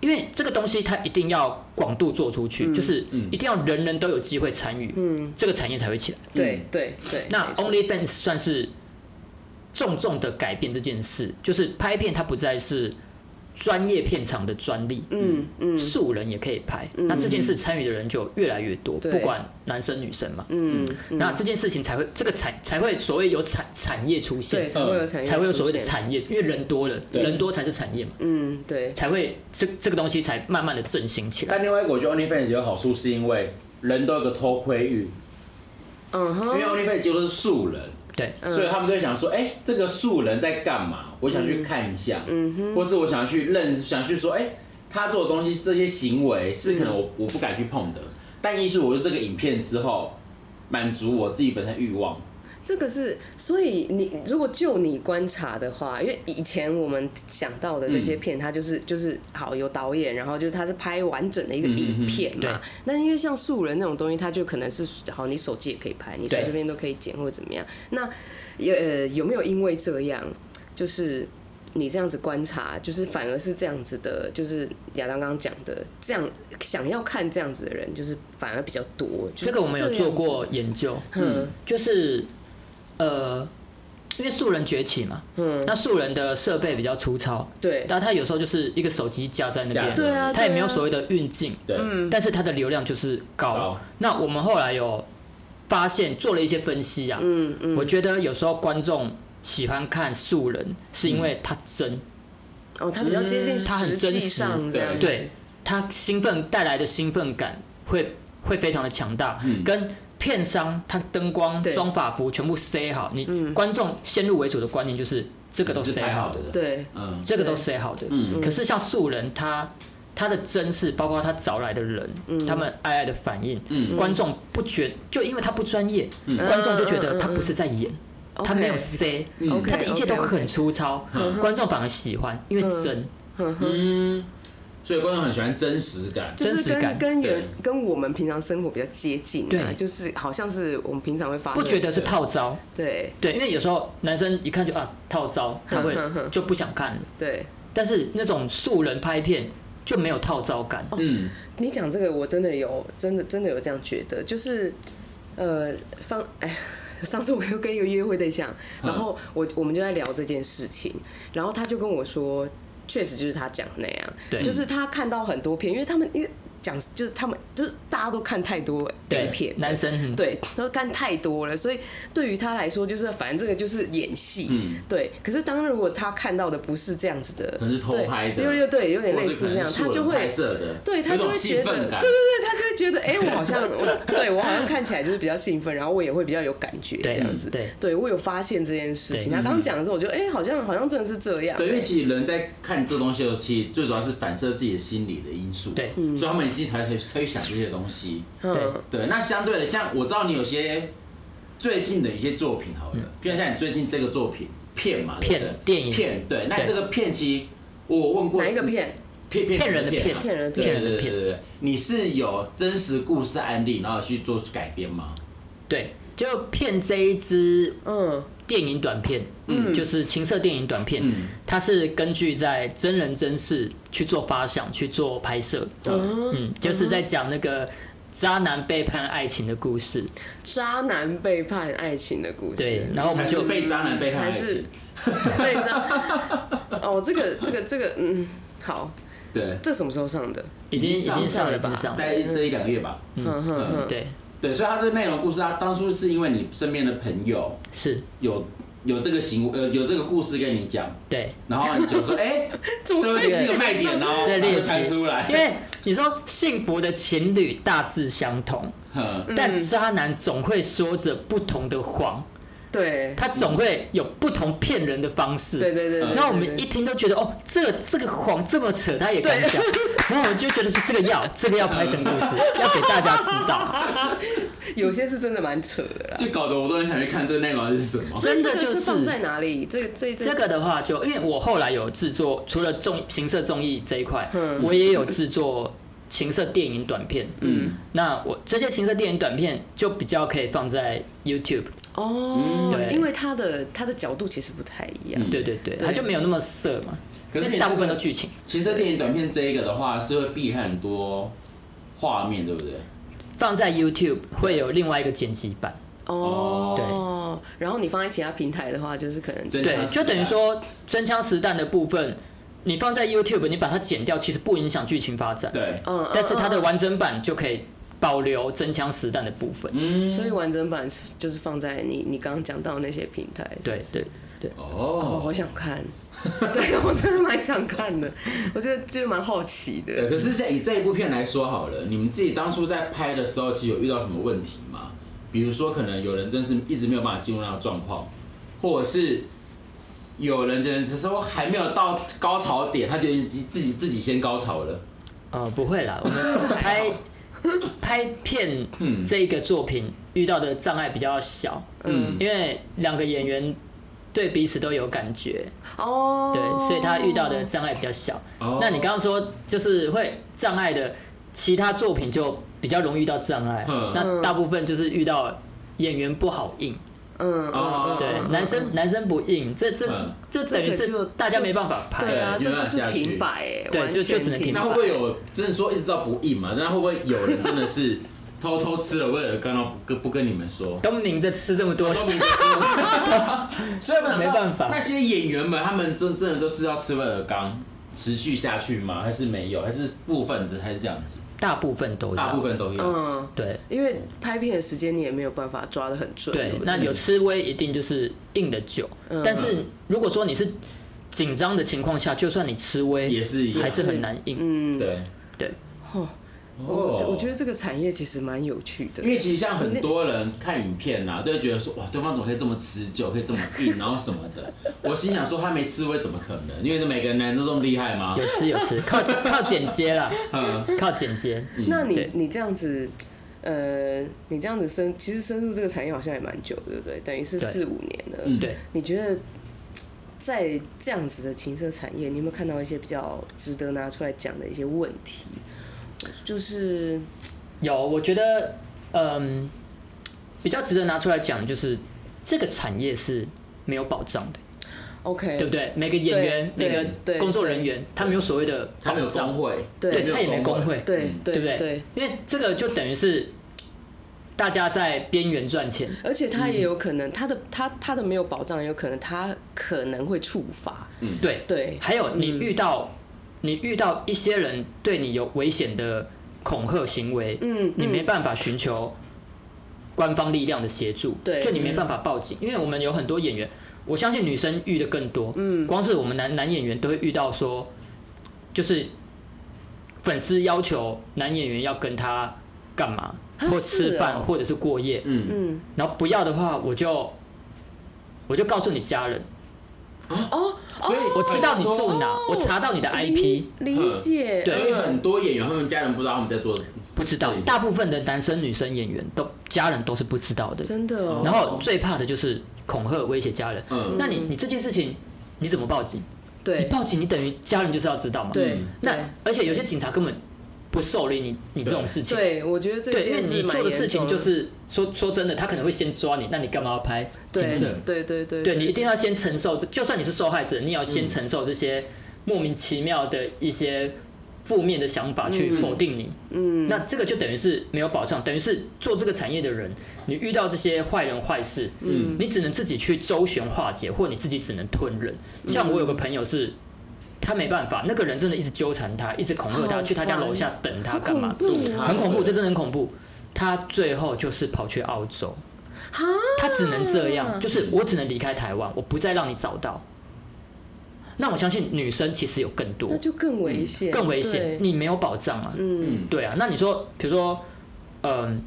S4: 因为这个东西它一定要广度做出
S1: 嗯
S4: 去，就是一定要人人都有机会参与，这个产业才会起来。
S1: 对对对，
S4: 嗯那
S1: 嗯没错
S4: OnlyFans 算是重重的改变这件事，就是拍片它不再是专业片场的专利，
S1: 嗯嗯
S4: 素人也可以拍。那这件事参与的人就越来越多，
S1: 对
S4: 不管男生女生嘛。
S1: 嗯，嗯
S4: 那这件事情才会这个产才会所谓有产产业出
S1: 对
S4: 现，
S1: 才会有产业，
S4: 呃才会有所谓的，产业，因为人多了，
S3: 对
S4: 人多才是产业嘛，
S1: 嗯对，
S4: 才会这这个东西才慢慢的振兴起
S1: 嗯
S4: 来。
S3: 但另外一个我觉得 OnlyFans 有好处是因为人都有个偷窥欲，
S1: 嗯
S3: 因为
S1: 哼，
S3: OnlyFans 就是素人，
S4: 对，
S1: 嗯
S3: 所以他们就会想说，哎、这个素人在干嘛？我想去看一下，
S1: 嗯哼，
S3: 或是我想去认，想去说，哎、他做的东西，这些行为是可能
S1: 嗯
S3: 我我不敢去碰的，但艺术，我就这个影片之后，满足我自己本身欲望，
S1: 这个是，所以你如果就你观察的话，因为以前我们想到的这些片，它就是就是好有导演，然后就是它是拍完整的一个
S3: 嗯嗯嗯
S1: 影片
S4: 对
S1: 嘛。那因为像素人那种东西，它就可能是好，你手机也可以拍，你随
S4: 对
S1: 随便都可以剪或者怎么样。那有呃有没有因为这样，就是你这样子观察，就是反而是这样子的，就是亚当刚刚讲的，这样想要看这样子的人，就是反而比较多。就是
S4: 这个我们有
S1: 样子
S4: 做过，研究，
S1: 嗯
S4: 就是呃，因为素人崛起嘛，
S1: 嗯，
S4: 那素人的设备比较粗糙，
S1: 对
S4: 但他有时候就是一个手机架在那
S3: 架着
S4: 边，
S1: 对啊，
S4: 他也没有
S1: 对啊
S4: 所谓的运镜，
S3: 对，
S1: 嗯
S4: 但是他的流量就是高
S3: 高。
S4: 那我们后来有发现，做了一些分析啊，
S1: 嗯嗯，
S4: 我觉得有时候观众喜欢看素人，是因为他真，
S1: 哦，他比较接近
S4: 嗯他很
S1: 实
S4: 真
S1: 际
S4: 实
S1: 上这样，
S3: 嗯
S4: 对他兴奋带来的兴奋感会会非常的强大，
S3: 嗯
S4: 跟片商他灯光、
S1: 对嗯
S4: 装法服全部塞好，你观众先入为主的观念就是这个都
S3: 是
S4: 塞
S3: 拍好
S4: 的，
S3: 的，
S1: 对
S3: 嗯，
S4: 这个都
S1: 对
S4: 塞好的。
S3: 嗯
S4: 可是像素人他。他的真是包括他找来的人，
S1: 嗯
S4: 他们爱爱的反应，
S3: 嗯
S4: 观众不觉，就因为他不专业，观众就觉得他不是在演，他没有
S1: OK
S4: 塞，
S1: 嗯
S3: 嗯
S1: OK，嗯
S4: 他的一切都
S1: OK，OK
S4: 很粗糙，观众反而喜欢，因为真，
S3: 嗯，所以观众很喜欢真实感，
S1: 就
S4: 真
S1: 是
S4: 实
S1: 跟
S4: 感
S1: 跟原
S3: 对
S1: 跟我们平常生活比较接近啊，
S4: 对
S1: 就是好像是我们平常会发
S4: 不
S1: 生的
S4: 觉得是
S1: 事
S4: 套招。
S3: 嗯
S1: 对
S4: 对，因为有时候男生一看就啊套招，他会
S1: 哼哼
S4: 就不想看了。
S1: 对。
S4: 但是那种素人拍片就没有套招感，
S1: 哦
S3: 嗯，
S1: 你讲这个，我真的有，真的真的有这样觉得，就是，呃，方，哎，上次我又跟一个约会对象，
S4: 嗯
S1: 然后我我们就在聊这件事情，然后他就跟我说，确实就是他讲的那样，
S4: 对
S1: 就是他看到很多片，因为他们因为讲就是他们就是大家都看太多 A
S4: 对
S1: 片，
S4: 男
S3: 嗯
S4: 生很
S1: 对，都看太多了，所以对于他来说，就是反正这个就是演戏，
S3: 嗯
S1: 对。可是当如果他看到的不是这样子的，
S3: 可能是偷拍的
S1: 对六六对，有点
S3: 或
S1: 类
S3: 是
S1: 似
S3: 可
S1: 这
S3: 能
S1: 样，
S3: 是
S1: 他就
S3: 素人
S1: 会
S3: 拍摄的，
S1: 对他
S3: 有
S1: 就
S3: 种
S1: 会觉
S3: 兴
S1: 得，
S3: 奋
S1: 对对
S3: 感，
S1: 对，他就会觉得，哎、我好像，我对我好像看起来就是比较兴奋，然后我也会比较有感觉这
S4: 对
S1: 样子。
S4: 对
S1: 我有发现这件事情。
S4: 对
S1: 他刚刚讲的时候，我觉得，哎、好像好像真的是这样。
S3: 嗯
S1: 欸
S3: 对，因为其实人在看这东西的时候，其实最主要是反射自己的心理的因素，
S4: 对
S3: 所以他们一定才才才会想这些东西。
S1: 嗯，
S3: 对，那相对的，像我知道你有些最近的一些作品，好了，就像像你最近这个作品片嘛，对不对
S4: 骗电影
S3: 骗，对，那你这
S4: 对
S3: 个骗其实我问过
S1: 哪一个
S3: 是
S1: 片？
S3: 骗骗
S4: 骗人的
S3: 骗嘛
S1: 骗人
S3: 啊
S1: 的
S3: 对
S1: 骗
S3: 对对
S4: 骗
S3: 对对，对你是有真实故事案例，然后去做改编吗？
S4: 对，就骗这一支
S1: 嗯，
S4: 电影短片，嗯，就是情色电影短片，
S3: 嗯
S4: 它是根据在真人真事去做发想、去做拍摄，
S1: 哦
S3: 哦
S4: 嗯，就是在讲那个渣男背叛爱情的故事，
S1: 渣男背叛爱情的故事。
S3: [laughs]
S4: 对，然后我
S3: 还
S4: 们
S3: 是
S4: 就
S3: 被渣男背叛爱
S1: 还是
S3: 情？
S1: 对渣。哦，这个这个这个，嗯，好，
S3: 对，
S1: 这什么时候上的？
S4: 已经已经上了，
S1: 了
S4: 已经
S1: 吧
S4: 上
S3: 大
S4: 了，
S3: 概这一两个月吧。
S1: 哼
S3: 嗯
S1: 哼哼，
S4: 对，
S3: 对，所以他这个内容故事，他当初是因为你身边的朋友
S4: 是，
S3: 有有这个行为，呃，有这个故事跟你讲，
S4: 对。
S3: 然后你就说，哎、
S1: 怎么
S3: 这
S1: 会
S3: 会是一个卖点哦，
S4: 在
S3: 然后
S4: 猎
S3: 就
S4: 奇
S3: 传出来。
S4: 因为你说幸福的情侣大致相同，
S3: 哼
S4: 但渣男总会说着不同的谎，
S1: 对，
S4: 他总会有不同骗人的方式。嗯
S1: 对对对对。
S4: 那我
S1: 对
S4: 们一听都觉得哦，这个这个谎这么扯，他也敢讲，然后我们就觉得是这个
S1: [laughs]
S4: 要，这个要拍成故事，要给大家知道。
S1: 有些是真的蛮扯的啦。
S3: 就搞得我都很想去看这个内容是什么。
S4: [laughs] 真的
S1: 这个
S4: 就是
S1: 是放在哪里？这这
S4: 这
S1: 这
S4: 个的话就，因为我后来有制作，除了综情色综艺这一块，
S1: 嗯
S4: 我也有制作情色电影短片。嗯，那我这些情色电影短片就比较可以放在 YouTube，
S1: 哦
S4: 嗯对，
S1: 因为他的他的角度其实不太一样。
S4: 对对对，
S1: 对
S4: 它就没有那么色嘛，
S3: 嗯可是
S4: 因
S3: 你
S4: 为大部分都剧情，
S3: 其实电影短片这一个的话，是会避开很多画面，对不对？
S4: 放在 YouTube 会有另外一个剪辑版。嗯
S1: 哦，对。然后你放在其他平台的话，就是可能
S3: 真
S4: 对，
S3: 枪实
S4: 就等于
S3: 弹，
S4: 说真枪实弹的部分，你放在 YouTube，你把它剪掉，其实不影响剧情发展。
S3: 对，
S1: 嗯，嗯
S4: 但是它的
S1: 嗯
S4: 完整版就可以保留真枪实弹的部分。
S1: 嗯
S3: 嗯，
S1: 所以完整版是就是放在你你刚刚讲到的那些平台。
S4: 对对对，
S1: 哦，
S3: 哦
S1: 好，想
S4: [laughs]
S1: 看，对我真的蛮想看的，我觉得就是蛮好奇
S3: 对。
S1: 的。
S3: 可是像以这一部片来说好了，你们自己当初在拍的时候，其实有遇到什么问题吗？比如说，可能有人真是一直没有办法进入那个状况，或者是有人真的只是说还没有到高潮点，他就已经自己自己先高潮了。
S4: 呃，不会啦，我 [laughs] 们拍拍片
S3: 嗯
S4: 这个作品遇到的障碍比较小，
S3: 嗯，
S4: 因为两个演员对彼此都有感觉，
S1: 哦，
S4: 对，所以他遇到的障碍比较小。
S3: 哦
S4: 那你刚刚说就是会障碍的，其他作品就比较容易遇到障碍
S3: 嗯。
S4: 那大部分就是遇到演员不好硬，
S1: 嗯，嗯
S3: 哦
S1: 嗯，
S4: 对，
S1: 嗯
S4: 男生男生不硬，这这
S3: 嗯
S4: 这等于
S1: 这
S4: 是
S1: 个就
S4: 大家没办法
S1: 对
S4: 拍。
S1: 啊，
S3: 对没
S1: 这就
S3: 办法
S1: 是
S3: 下去
S1: 停摆哎，
S4: 对
S1: 完
S4: 就
S1: 全
S4: 就只能停
S1: 停
S4: 摆
S3: 那会
S1: 摆
S3: 不会有真的说一直到不硬嘛？那会不会有人真的
S4: [laughs]
S3: 是偷偷吃了，为了刚刚不跟不跟你们说？
S4: 东宁在吃这么多，
S3: 所以我想知道
S4: 没办法
S3: 那些演员们他们真正的都是要吃威尔刚持续下去吗？还是没有？还是部分的还是这样子？
S4: [laughs] 大部分都
S3: 大部
S4: 有。
S3: 分都有。
S1: 嗯，
S4: 对
S1: 因为拍片的时间你也没有办法抓得很准。
S4: 对
S1: 不，
S4: 那有吃威一定就是硬的久，
S1: 嗯
S4: 但
S3: 嗯
S4: 是如果说你是紧张的情况下，就算你吃威
S3: 也是一样
S4: 还是很难硬。
S1: 嗯，
S3: 对，
S4: 对，
S1: 哦，我我觉
S4: 哦
S1: 得这个产业其实蛮有趣的
S3: 因。
S4: 嗯
S3: 为其实像很多人看影片呐、都会觉得说哇，对方怎么可以这么持久，可以这么
S1: [laughs]
S3: 硬，然后什么的。我心想说他没吃威怎么可能？因为这每个男人都这么厉害吗
S4: 有？吃有吃，靠剪靠剪接啦，
S3: 嗯，
S4: 靠剪接。
S1: 那你
S4: 对
S1: 你这样子，呃，你这样子深，其实深入这个产业好像也蛮久，对不对？等于是
S4: 对
S1: 四五年了。
S3: 嗯
S4: 对，
S1: 你觉得在这样子的情色产业，你有没有看到一些比较值得拿出来讲的一些问题？就是
S4: 有，我觉得嗯，比较值得拿出来讲，就是这个产业是没有保障的，
S1: OK，
S4: 对不对？每个演员、每
S1: 对
S4: 个
S1: 对
S4: 工作人员，他没有所谓的
S3: 他
S4: 保
S3: 没有工
S4: 障，
S3: 会，
S1: 对
S4: 对他也没工会，
S1: 对
S3: 嗯
S4: 对不
S1: 对
S4: 对？因为这个就等于是大家在边缘赚钱，
S1: 而且他也
S4: 嗯
S1: 有可能，他的他他的没有保障，也有可能他可能会触发。
S4: 对
S1: 对嗯
S4: 还有你遇到、你遇到一些人对你有危险的恐吓行为，
S1: 嗯
S4: 你没
S1: 嗯
S4: 办法寻求官方力量的协助，
S1: 对嗯
S4: 就你没办法报警，因为我们有很多演员，我相信女生遇的更多，嗯，光是我们男男演员都会遇到说，就是粉丝要求男演员要跟他干嘛，
S1: 啊
S4: 或
S1: 是
S4: 吃饭、
S1: 哦
S4: 或者是过夜，
S3: 嗯，
S1: 嗯，
S4: 然后不要的话，我就我就告诉你家人，
S1: 哦
S3: 所以
S1: 哦，
S4: 我知道你住哪，
S1: 哦嗯
S4: 我查到你的 IP，
S1: 理理解，
S3: 所以
S1: 嗯
S3: 很多演员他们家人不知道他们在做什么，
S4: 不知道
S3: 对，
S4: 大部分的男生女生演员都家人都是不知道的，
S1: 真的哦，
S4: 然后最怕的就是恐吓威胁家人。
S3: 嗯
S4: 那你你这件事情你怎么报警？你
S1: 对
S4: 报警，你等于家人就是要知道嘛。
S1: 对
S4: 那
S1: 对
S4: 而且有些警察根本不受理你你这种事情。
S1: 对，我觉得这
S4: 对，因为
S1: 件事
S4: 你
S1: 蛮
S4: 做的事情
S1: 严重
S4: 就
S1: 的
S4: 是说说真的，他可能会先抓你，那你干嘛要拍
S1: 对
S4: 情色？
S1: 对对对嗯
S4: 对你一定要先承受这，就算你是受害者，你也要先承受这些莫名其妙的一些负面的想法去否定你。嗯，那这个就等于是没有保障，等于是做这个产业的人，你遇到这些坏人坏事，嗯，你只能自己去周旋化解，或你自己只能吞忍。
S1: 嗯
S4: 像我有个朋友是。他没办法，那个人真的一直纠缠他，一直恐吓
S1: 好
S4: 他，去他家
S1: 烦哦
S4: 楼下等他
S1: 好
S4: 干嘛？
S1: 恐怖
S3: 堵他
S4: 很恐怖，
S3: 对
S4: 这真的很恐怖。他最后就是跑去澳洲，
S1: 哈，
S4: 他只能这样，就是我只能离开台湾，我不再让你找到。那我相信女生其实有更多
S1: 那，就更危险，
S4: 嗯更危险，
S1: 对，
S4: 你没有保障啊。
S1: 嗯
S3: 嗯，
S4: 对啊，那你说，比如说，嗯、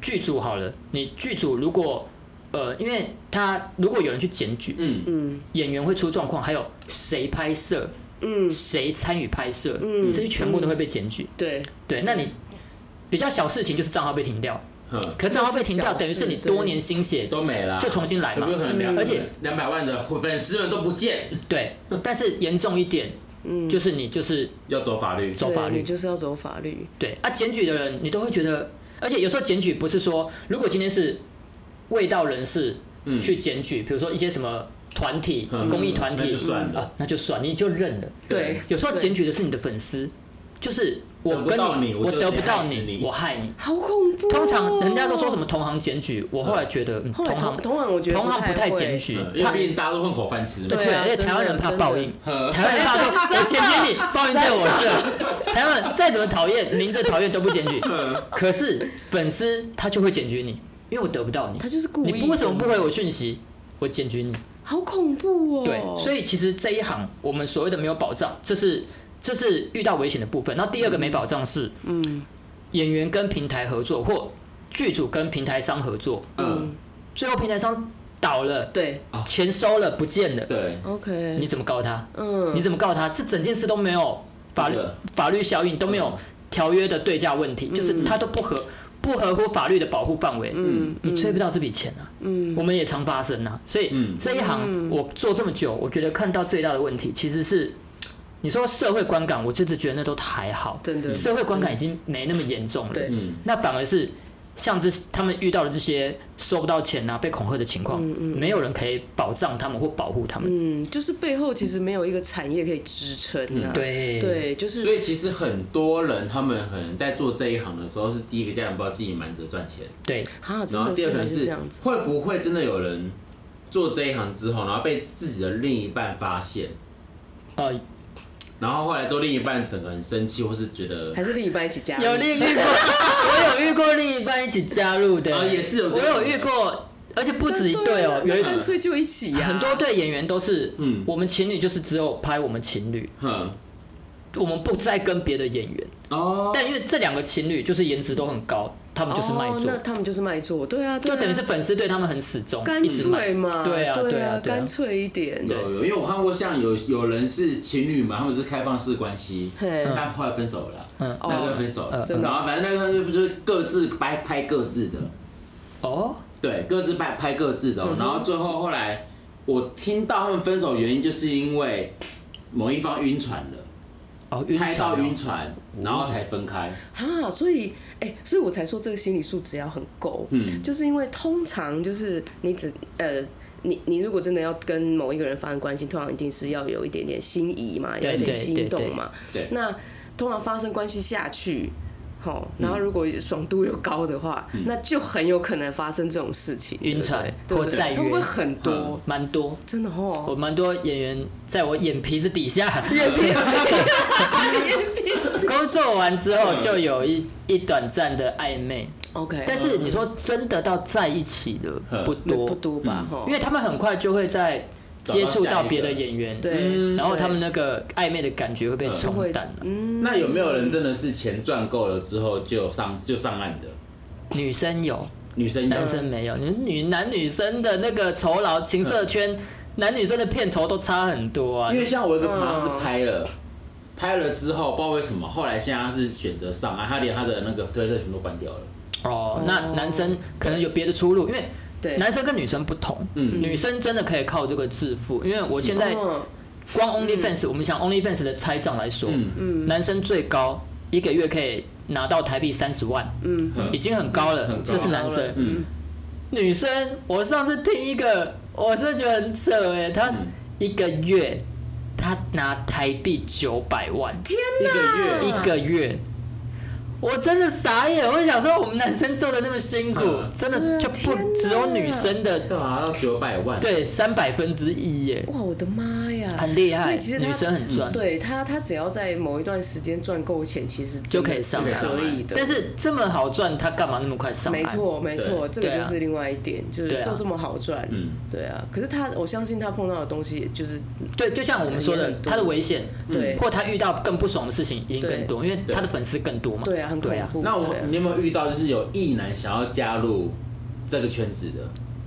S4: 剧组好了，你剧组如果呃，因为他如果有人去检举，
S3: 嗯
S1: 嗯
S4: 演员会出状况，还有谁拍摄，
S1: 嗯，
S4: 谁参与拍摄，
S1: 嗯
S4: 这些全部都会被检举。
S1: 对，
S4: 对，那你比较小事情就是账号被停掉，
S3: 嗯，
S4: 可账号被停掉，
S1: 那是小事
S4: 等于是你
S1: 对
S4: 多年心血
S3: 都没了，
S4: 就重新来
S3: 就
S4: 嘛
S3: 不用可
S1: 嗯
S3: 能两，
S4: 而且
S3: 两百万的粉丝们都不见，
S4: 对，但是严重一点，
S1: 嗯，
S4: 就是你就是
S3: 要走法律，
S4: 走法
S1: 对
S4: 律
S1: 你，就是要走法律，
S4: 对啊，检举的人你都会觉得，而且有时候检举不是说，如果今天是未到人士
S3: 嗯，
S4: 去检举，比如说一些什么团体、
S3: 嗯
S4: 公益团
S3: 那
S4: 体
S3: 就算了
S4: 啊，那就算你就认了。
S1: 对，
S4: 有时候
S1: 对
S4: 检举的是你的粉丝，就是
S3: 得
S4: 我
S3: 不
S4: 跟
S3: 到你我
S4: 我
S3: 就
S4: 得
S3: 先
S4: 不到
S3: 害死
S4: 你
S3: 你，
S4: 我害你。
S1: 好恐怖哦，
S4: 通常人家都说什么同行检举，我后来觉得嗯
S1: 后
S4: 同
S1: 来
S4: 行
S1: 同同行我觉得
S4: 同行不太
S1: 会
S4: 检举
S3: 嗯，因为
S4: 怕
S3: 毕竟大家都混口饭吃嘛，
S1: 对啊
S4: 而且
S1: 真的
S4: 台湾人怕
S1: 真的
S4: 报应，
S3: 呵
S4: 台湾人
S1: [laughs]
S4: 怕说，我前天你报应在我这，台湾人再怎么讨厌，明着讨厌都不
S1: [laughs]
S4: 检举，
S1: 嗯
S4: 可是粉丝他就会检举你，因为我得不到你
S1: 他，就是故意
S4: 你
S1: 的，
S4: 不为什么不回我讯息，我检举你。
S1: 好恐怖哦，
S4: 对，所以其实这一行我们所谓的没有保障，这是这是遇到危险的部分。然后第二个没保障是，嗯，演员跟平台合作或剧组跟平台商合作，
S3: 嗯，
S4: 最后平台商倒了，
S1: 对
S4: 钱收了不见了，
S3: 对，
S1: ，OK，
S4: 你怎么告他？
S1: 嗯，
S4: 你怎么告他？这整件事都没有法律
S3: 对的
S4: 法律效应，都没有条约的对价问题，就是它都不合不合乎法律的保护范围。
S1: 嗯
S4: 你催不到这笔钱啊，嗯，我们也常发生啊，所以
S3: 嗯
S4: 这一行我做这么久，我觉得看到最大的问题其实是，你说社会观感，我真的觉得那都还好，
S1: 真的
S4: 社会观感已经没那么严重了，
S1: 对
S3: 嗯
S4: 那反而是像这他们遇到的这些收不到钱啊、被恐吓的情况，没有人可以保障他们或保护他们，
S1: 嗯，就是背后其实没有一个产业可以支撑啊，
S4: 嗯对
S1: 对，就是
S3: 所以其实很多人他们可能在做这一行的时候，是第一个家人不知道自己瞒着赚钱，
S4: 对，
S1: 啊，真
S3: 然后
S1: 的
S3: 第二可
S1: 是
S3: 能
S1: 还是
S3: 是
S1: 这样子，
S3: 会不会真的有人做这一行之后，然后被自己的另一半发现，
S4: 呃，
S3: 然后后来之后另一半整个很生气，或是觉得
S1: 还是另一半一起加入，
S4: 有另遇过， [laughs] 我有遇过另一半一起加入的，
S3: 啊也是有这
S4: 我
S3: 种
S4: 有遇过，而且不止一对哦，有
S1: 有
S4: 一
S1: 啊干脆就一起啊呀，
S4: 很多对演员都是，
S3: 嗯
S4: 我们情侣就是只有拍我们情侣，
S3: 哼
S4: 我们不再跟别的演员。
S3: 哦，
S4: 但因为这两个情侣就是颜值都很高，他们就是卖
S1: 哦，
S4: 座
S1: 那，他们就是卖座，对啊，对
S4: 就
S1: 啊
S4: 等于是粉丝对他们很死忠，
S1: 干
S4: 一直卖
S1: 脆嘛，
S4: 对啊，对
S1: 对
S4: 啊，对啊
S1: 干。脆一点，
S4: 对
S3: 有有，因为我看过像有有人是情侣嘛，他们是开放式关系，
S1: 嘿
S3: 但后来分手了啦，
S4: 嗯
S3: 那个分手了，
S1: 真的
S3: 然后反正那个就是各自拍拍各自的，
S4: 哦，
S3: 对，各自拍拍各自的
S4: 嗯
S3: 哦、然后最后后来我听到他们分手的原因，就是因为某一方晕船了，
S4: 哦，晕
S3: 拍到
S4: 船哦
S3: 晕船，然后才分开。
S1: 啊，所以，哎、所以我才说这个心理素质要很够，
S3: 嗯
S1: 就是因为通常就是你只呃。你你如果真的要跟某一个人发生关系，通常一定是要有一点点心仪嘛，有
S4: 对
S1: 一点
S4: 对对
S1: 心动嘛。
S3: 对对
S1: 那通常发生关系下去，吼，
S4: 嗯
S1: 然后如果爽度又高的话，那就很有可能发生这种事情，
S4: 晕船
S1: 对不对
S4: 或嗯再
S1: 对不对会不会
S4: 约
S1: 很多？
S4: 蛮多。
S1: 真的
S4: 我
S1: 哦，
S4: 蛮多演员在我眼皮子底下
S1: 眼皮子， [laughs] 眼皮子。
S4: 工作完之后，就有一一短暂的暧昧，
S1: OK，
S4: 但是你说真的到在一起的
S3: 嗯
S4: 不
S1: 不
S4: 多，
S1: 多吧？吼
S4: 因，为他们很快就会在接触到别的演员，
S3: 嗯
S1: 对，嗯
S4: 然后他们那个暧昧的感觉会被冲淡了。
S3: 那有没有人真的是钱赚够了之后就上就上岸的？
S4: 女生有，
S3: 女生有
S4: 男生没有，女
S1: 嗯
S4: 女男女生的那个酬劳，情色圈男女生的片酬都差很多啊
S3: 因。为像我有一个朋友是拍
S4: 嗯
S3: 了，拍了之后不知道为什么，后来现在他是选择上岸，他连他的那个推特全部关掉了。
S4: 哦，
S1: 哦
S4: 那男生可能有别的出路，因为
S1: 对，
S4: 男生跟女生不同，
S3: 嗯
S4: 女生真的可以靠这个致富，因为我现在
S1: 嗯
S4: 光 OnlyFans，、我们想 OnlyFans 的拆账来说，
S3: 嗯
S4: 男生最高一个月可以拿到台币三十万，
S1: 嗯，
S3: 嗯
S4: 已经很高了，
S3: 很高
S4: 这是男生。
S3: 嗯
S4: 女生，我上次听一个，我是觉得很扯哎、她
S3: 嗯
S4: 一个月她拿台币九百万，
S1: 天啊
S3: 一
S1: 哪，
S3: 个
S4: 一
S3: 月
S4: 个月。我真的傻眼，我就想说我们男生做的那么辛苦，
S3: 嗯
S4: 真
S1: 对啊
S4: 的就
S1: 天
S4: 不
S1: 哪
S4: 只有女生
S3: 干
S4: 的
S3: 嘛啊要九百万？，
S4: 对三百分之一耶，
S1: 哇，我的妈呀，
S4: 很厉害，
S1: 所以其实他
S4: 女生很赚。
S1: 对他，他只要在某一段时间赚够钱，其实
S4: 就可以上
S1: 真的
S3: 岸
S1: 是可以的。
S4: 但是这么好赚，他干嘛那么快上岸？
S1: 没，错，没错，这个
S4: 对
S1: 就
S4: 啊
S1: 是另外一点，就
S4: 对
S1: 是
S4: 啊
S1: 就这么好赚。
S3: 嗯，
S1: 对啊，可是他，我相信他碰到的东西，就是
S4: 对，就像我们说
S1: 也
S4: 的
S1: 很，多
S4: 他的危险，
S1: 对
S4: 或他遇到更不爽的事情一定更多，因为他的粉丝更多嘛。
S1: 对啊，很恐
S4: 对啊，
S1: 怖。
S3: 那我
S1: 对啊
S3: 你有没有遇到就是有异男想要加入这个圈子的，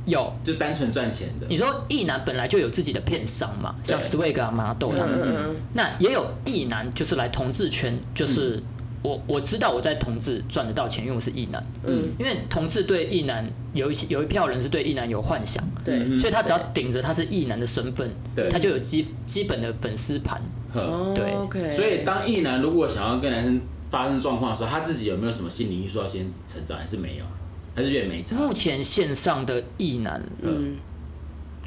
S4: 有。
S3: 就单纯赚钱的？
S4: 你说异男本来就有自己的片商嘛，
S3: 对
S4: 像 Swag 啊、麻豆他
S1: 嗯
S4: 们，
S1: 嗯嗯，
S4: 那也有异男就是来同志圈，
S3: 嗯
S4: 就是我我知道我在同志赚得到钱，因为我是异男，
S1: 嗯，
S4: 因为同志对异男有一些有一票人是对异男有幻想，
S1: 对，
S3: 嗯
S4: 所以他只要顶着他是异男的身份
S3: 对，
S4: 他就有基基本的粉丝盘，
S3: 呵
S1: 哦
S4: 嗯对
S1: ，OK。
S3: 所以当异男如果想要跟男生发生状况的时候，他自己有没有什么心理因素要先成长，还是没有？还是觉得没差？
S4: 目前线上的异男
S1: 嗯，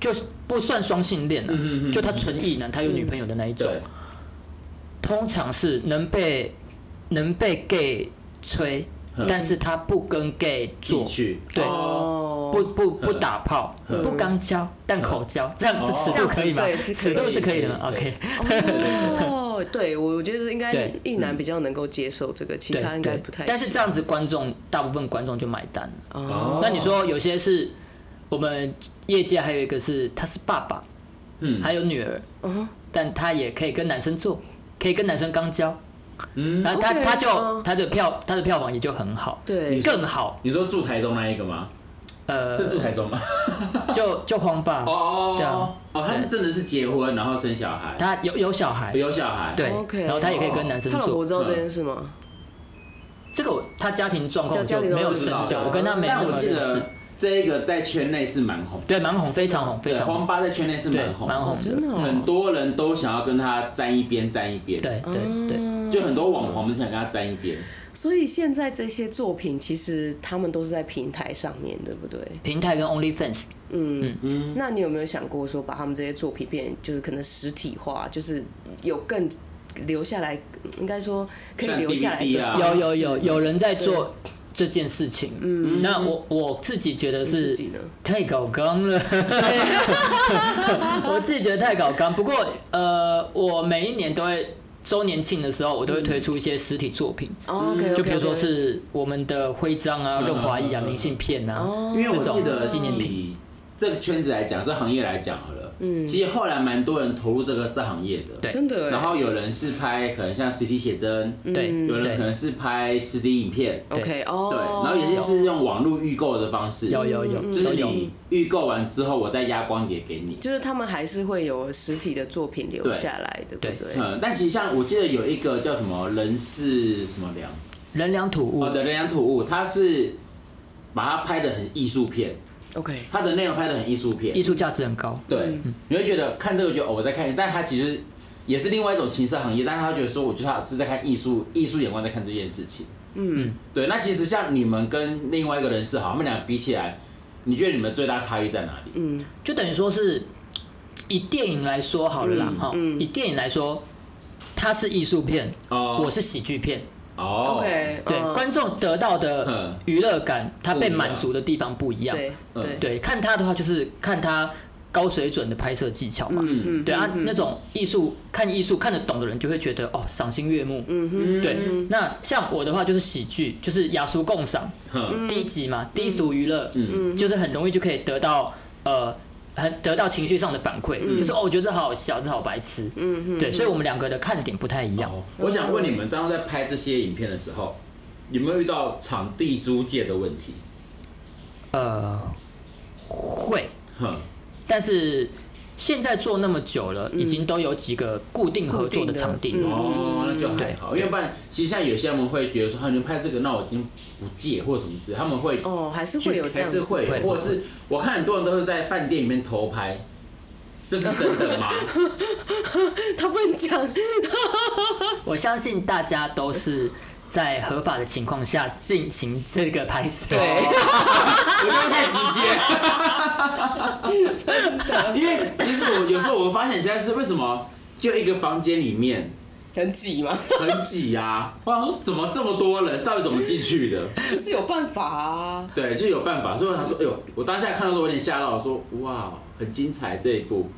S4: 就是不算双性恋了、
S3: 嗯嗯嗯
S4: 就他纯异男，他有女朋友的那一种，
S3: 对，
S4: 通常是能被能被 gay 吹
S3: 嗯，
S4: 但是他不跟 gay 做
S3: 进，去
S4: 对
S3: 哦嗯
S1: 哦，
S4: 不 [laughs] 不不打炮，不肛交，但口交，这样子尺
S3: 哦
S4: 度可以吗
S1: 这样子？对
S4: 尺度是可以的吗
S3: 可以
S4: ？OK，
S1: 哦，对，我觉得应该
S4: 对
S1: 一男比较能够接受这个，其他应该不太行。
S4: 但是这样子观众大部分观众就买单了。
S1: 哦，
S4: 那你说有些是我们业界还有一个是他是爸爸，
S3: 嗯
S4: 还有女儿，
S1: 嗯
S4: 但他也可以跟男生做，可以跟男生肛交，
S3: 嗯，
S4: 然后他
S1: OK，
S4: 他就
S1: 嗯
S4: 他的票他的票房也就很好，
S1: 对，
S4: 更好，
S3: 你说住台中那一个吗？
S4: 呃
S3: 是，住台中吗？
S4: 就就荒爸，
S3: 哦
S4: 对啊，
S3: 哦，他是真的是结婚然后生小孩，
S4: 他有有小孩，
S3: 有小孩，
S4: 对
S1: OK 哦
S4: 然后他也可以跟男生
S1: 他老
S4: 做
S1: 婆，知道这件事吗？
S4: 这个我他家庭状况
S1: 家家
S4: 就
S1: 庭
S4: 没有
S1: 状
S4: 深
S1: 况不知
S4: 究，
S1: 道
S4: 我跟他没
S3: 但
S4: 那
S3: 我
S4: 么
S3: 记
S4: 认识
S3: 得，这一个在圈内是蛮红，
S4: 对，蛮红，非常红，非
S3: 对，
S4: 常红
S3: 黄，八在圈内是
S4: 对，
S3: 蛮红，
S4: 蛮红
S1: 真的哦
S3: 很多人都想要跟他站一边，站一边，
S4: 对，对对，
S1: 对
S3: 就很多网红们想跟他站一边，
S1: 所以现在这些作品，其实他们都是在平台上面，对不对？
S4: 平台跟 OnlyFans
S1: 嗯嗯。那你有没有想过说，把他们这些作品变，就是可能实体化，就是有更留下来，应该说可以
S3: 像
S1: 留下来
S3: DVD 啊
S1: 的
S4: 有
S1: 方式。
S4: 有有有人在做这件事情，嗯，那我我自己觉得
S1: 你自
S4: 是
S1: 己呢？
S3: 嗯
S4: 太搞纲
S1: [laughs]
S4: 了，我自己觉得太搞纲。不过呃，我每一年都会周年庆的时候，我都会推出一些实体作品，
S1: 哦，OK，嗯
S4: 就比如说是我们的徽章啊、润滑液啊、明信片
S1: 哦
S4: 啊，
S3: 因为我记
S4: 这
S3: 得
S4: 种纪念品
S3: 以这个圈子来讲，这行业来讲好了，嗯，其实后来蛮多人投入这个这行业的，
S4: 对
S1: 真的欸。
S3: 然后有人是拍可能像实体写真，
S4: 对
S3: 有人可
S4: 对，
S3: 能是拍实体影片，
S4: 对
S1: OK
S3: 对，
S1: 哦，
S3: 然后有些是用网络预购的方式，
S4: 有有有，
S3: 就
S4: 都
S3: 是
S4: 有
S3: 你预购完之后，我再压光碟给你。
S1: 就是他们还是会有实体的作品留
S3: 对
S1: 下来，对不
S4: 对
S1: 对？
S3: 嗯，但其实像我记得有一个叫什么人是什么良，
S4: 人粮土物
S3: 哦，的人良土物，他是把它拍的很艺术片，
S1: OK，
S3: 他的内容拍的很艺术片
S4: 艺，术价值很高。
S3: 对，你会觉得看这个就哦我在看，但他其实也是另外一种情色行业，但他觉得说我就他是在看艺术，艺术眼光在看这件事情。嗯，对。那其实像你们跟另外一个人是好，他们俩比起来，你觉得你们最大差异在哪里？嗯，
S4: 就等于说是以电影来说
S1: 嗯
S4: 好了啦，哈、以电影来说，它是艺术片，
S3: 哦
S4: 我是喜剧片，
S3: 哦
S1: OK，
S4: 对，
S1: 嗯
S4: 观众得到的
S3: 嗯
S4: 娱乐感，他被
S3: 不一样
S4: 满足的地方不一样。
S1: 对
S3: 嗯
S1: 对
S4: 对，看他的话就是看他高水准的拍摄技巧嘛。
S3: 嗯
S4: 对啊，那种艺术看艺术看得懂的人就会觉得哦赏心悦目。
S3: 嗯
S4: 对，那像我的话就是喜剧，就是雅俗共赏，
S3: 嗯
S4: 低级嘛，低俗娱乐，
S3: 嗯
S4: 就是很容易就可以得到呃。很得到情绪上的反馈，
S3: 嗯
S4: 就是哦，我觉得这好好笑，这好白痴，嗯对，所以我们两个的看点不太一样。
S3: 哦我想问你们，当时在拍这些影片的时候，有没有遇到场地租借的问题？
S4: 呃，会，
S3: 哼，
S4: 但是现在做那么久了，
S3: 嗯
S4: 已经都有几个固定合作的场地
S1: 固定的
S4: 了。
S3: 哦，那就还好，
S4: 对
S3: 因为不然，其实像有些人会觉得说，啊，你们拍这个，那我已经不借或者什么之类，他们会
S1: 哦，还是会有这
S3: 还
S1: 样子
S3: 是
S1: 的
S3: 会
S4: 会，
S3: 或者是我看很多人都是在饭店里面偷拍，这是真的
S1: [laughs]
S3: 吗？
S1: 他不能讲，
S4: 我相信大家都是在合法的情况下进行这个拍摄。
S3: 我觉得太直接。
S1: [laughs]
S3: 因为其实我有时候我发现现在是为什么，就一个房间里面
S1: 很挤嘛， [laughs]
S3: 很挤啊，我想说怎么这么多人，到底怎么进去的？
S1: 就是有办法啊。
S3: 对，就有办法。所以我想说，哎呦，我当下看到的时候我有点吓到，我说哇，很精彩这一部。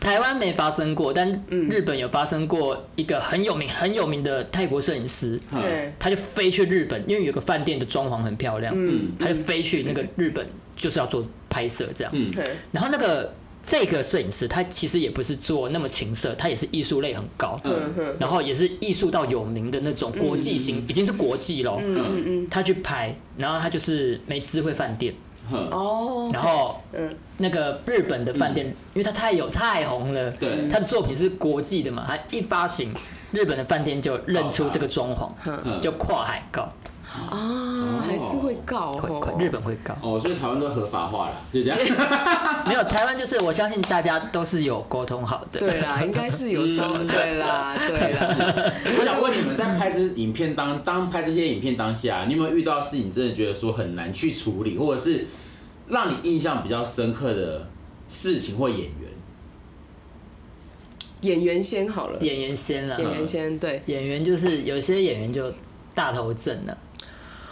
S4: 台湾没发生过，但日本有发生过一个很有名、很有名的泰国摄影师，
S3: 嗯
S1: 对，
S4: 他就飞去日本，因为有个饭店的装潢很漂亮，
S1: 嗯
S4: 他就飞去那个日本，就是要做拍摄这样。
S3: 嗯
S1: 对，
S4: 然后那个这个摄影师，他其实也不是做那么情色，他也是艺术类很高，
S1: 嗯哼，
S4: 然后也是艺术到有名的那种国际型，已经是国际咯。
S3: 嗯
S1: 嗯
S4: 他去拍，然后他就是没知会饭店，
S1: 嗯，哦，
S4: 然后
S1: 嗯，
S4: 那个日本的饭店，因为他太有太红了，
S3: 对
S4: 他的作品是国际的嘛，他一发行，日本的饭店就认出这个装潢，
S3: 嗯
S4: 就跨海告，
S1: 啊，还是会告
S4: 会
S1: 哦，
S4: 日本会告，
S3: 哦，所以台湾都合法化了，
S1: [laughs]
S3: 就这样。
S4: 没有台湾就是我相信大家都是有沟通好的，
S1: 对啦，应该是有时
S4: 嗯
S1: 候，对啦，对
S4: [laughs]
S1: 啦，
S3: [laughs] 我想问你们，在拍这影片当当拍这些影片当下，你有没有遇到事情真的觉得说很难去处理，或者是让你印象比较深刻的事情或演员？
S1: 演员先好了，
S4: 演嗯员先了，
S1: 演员先，对，
S4: 演员就是有些演员就大头症了，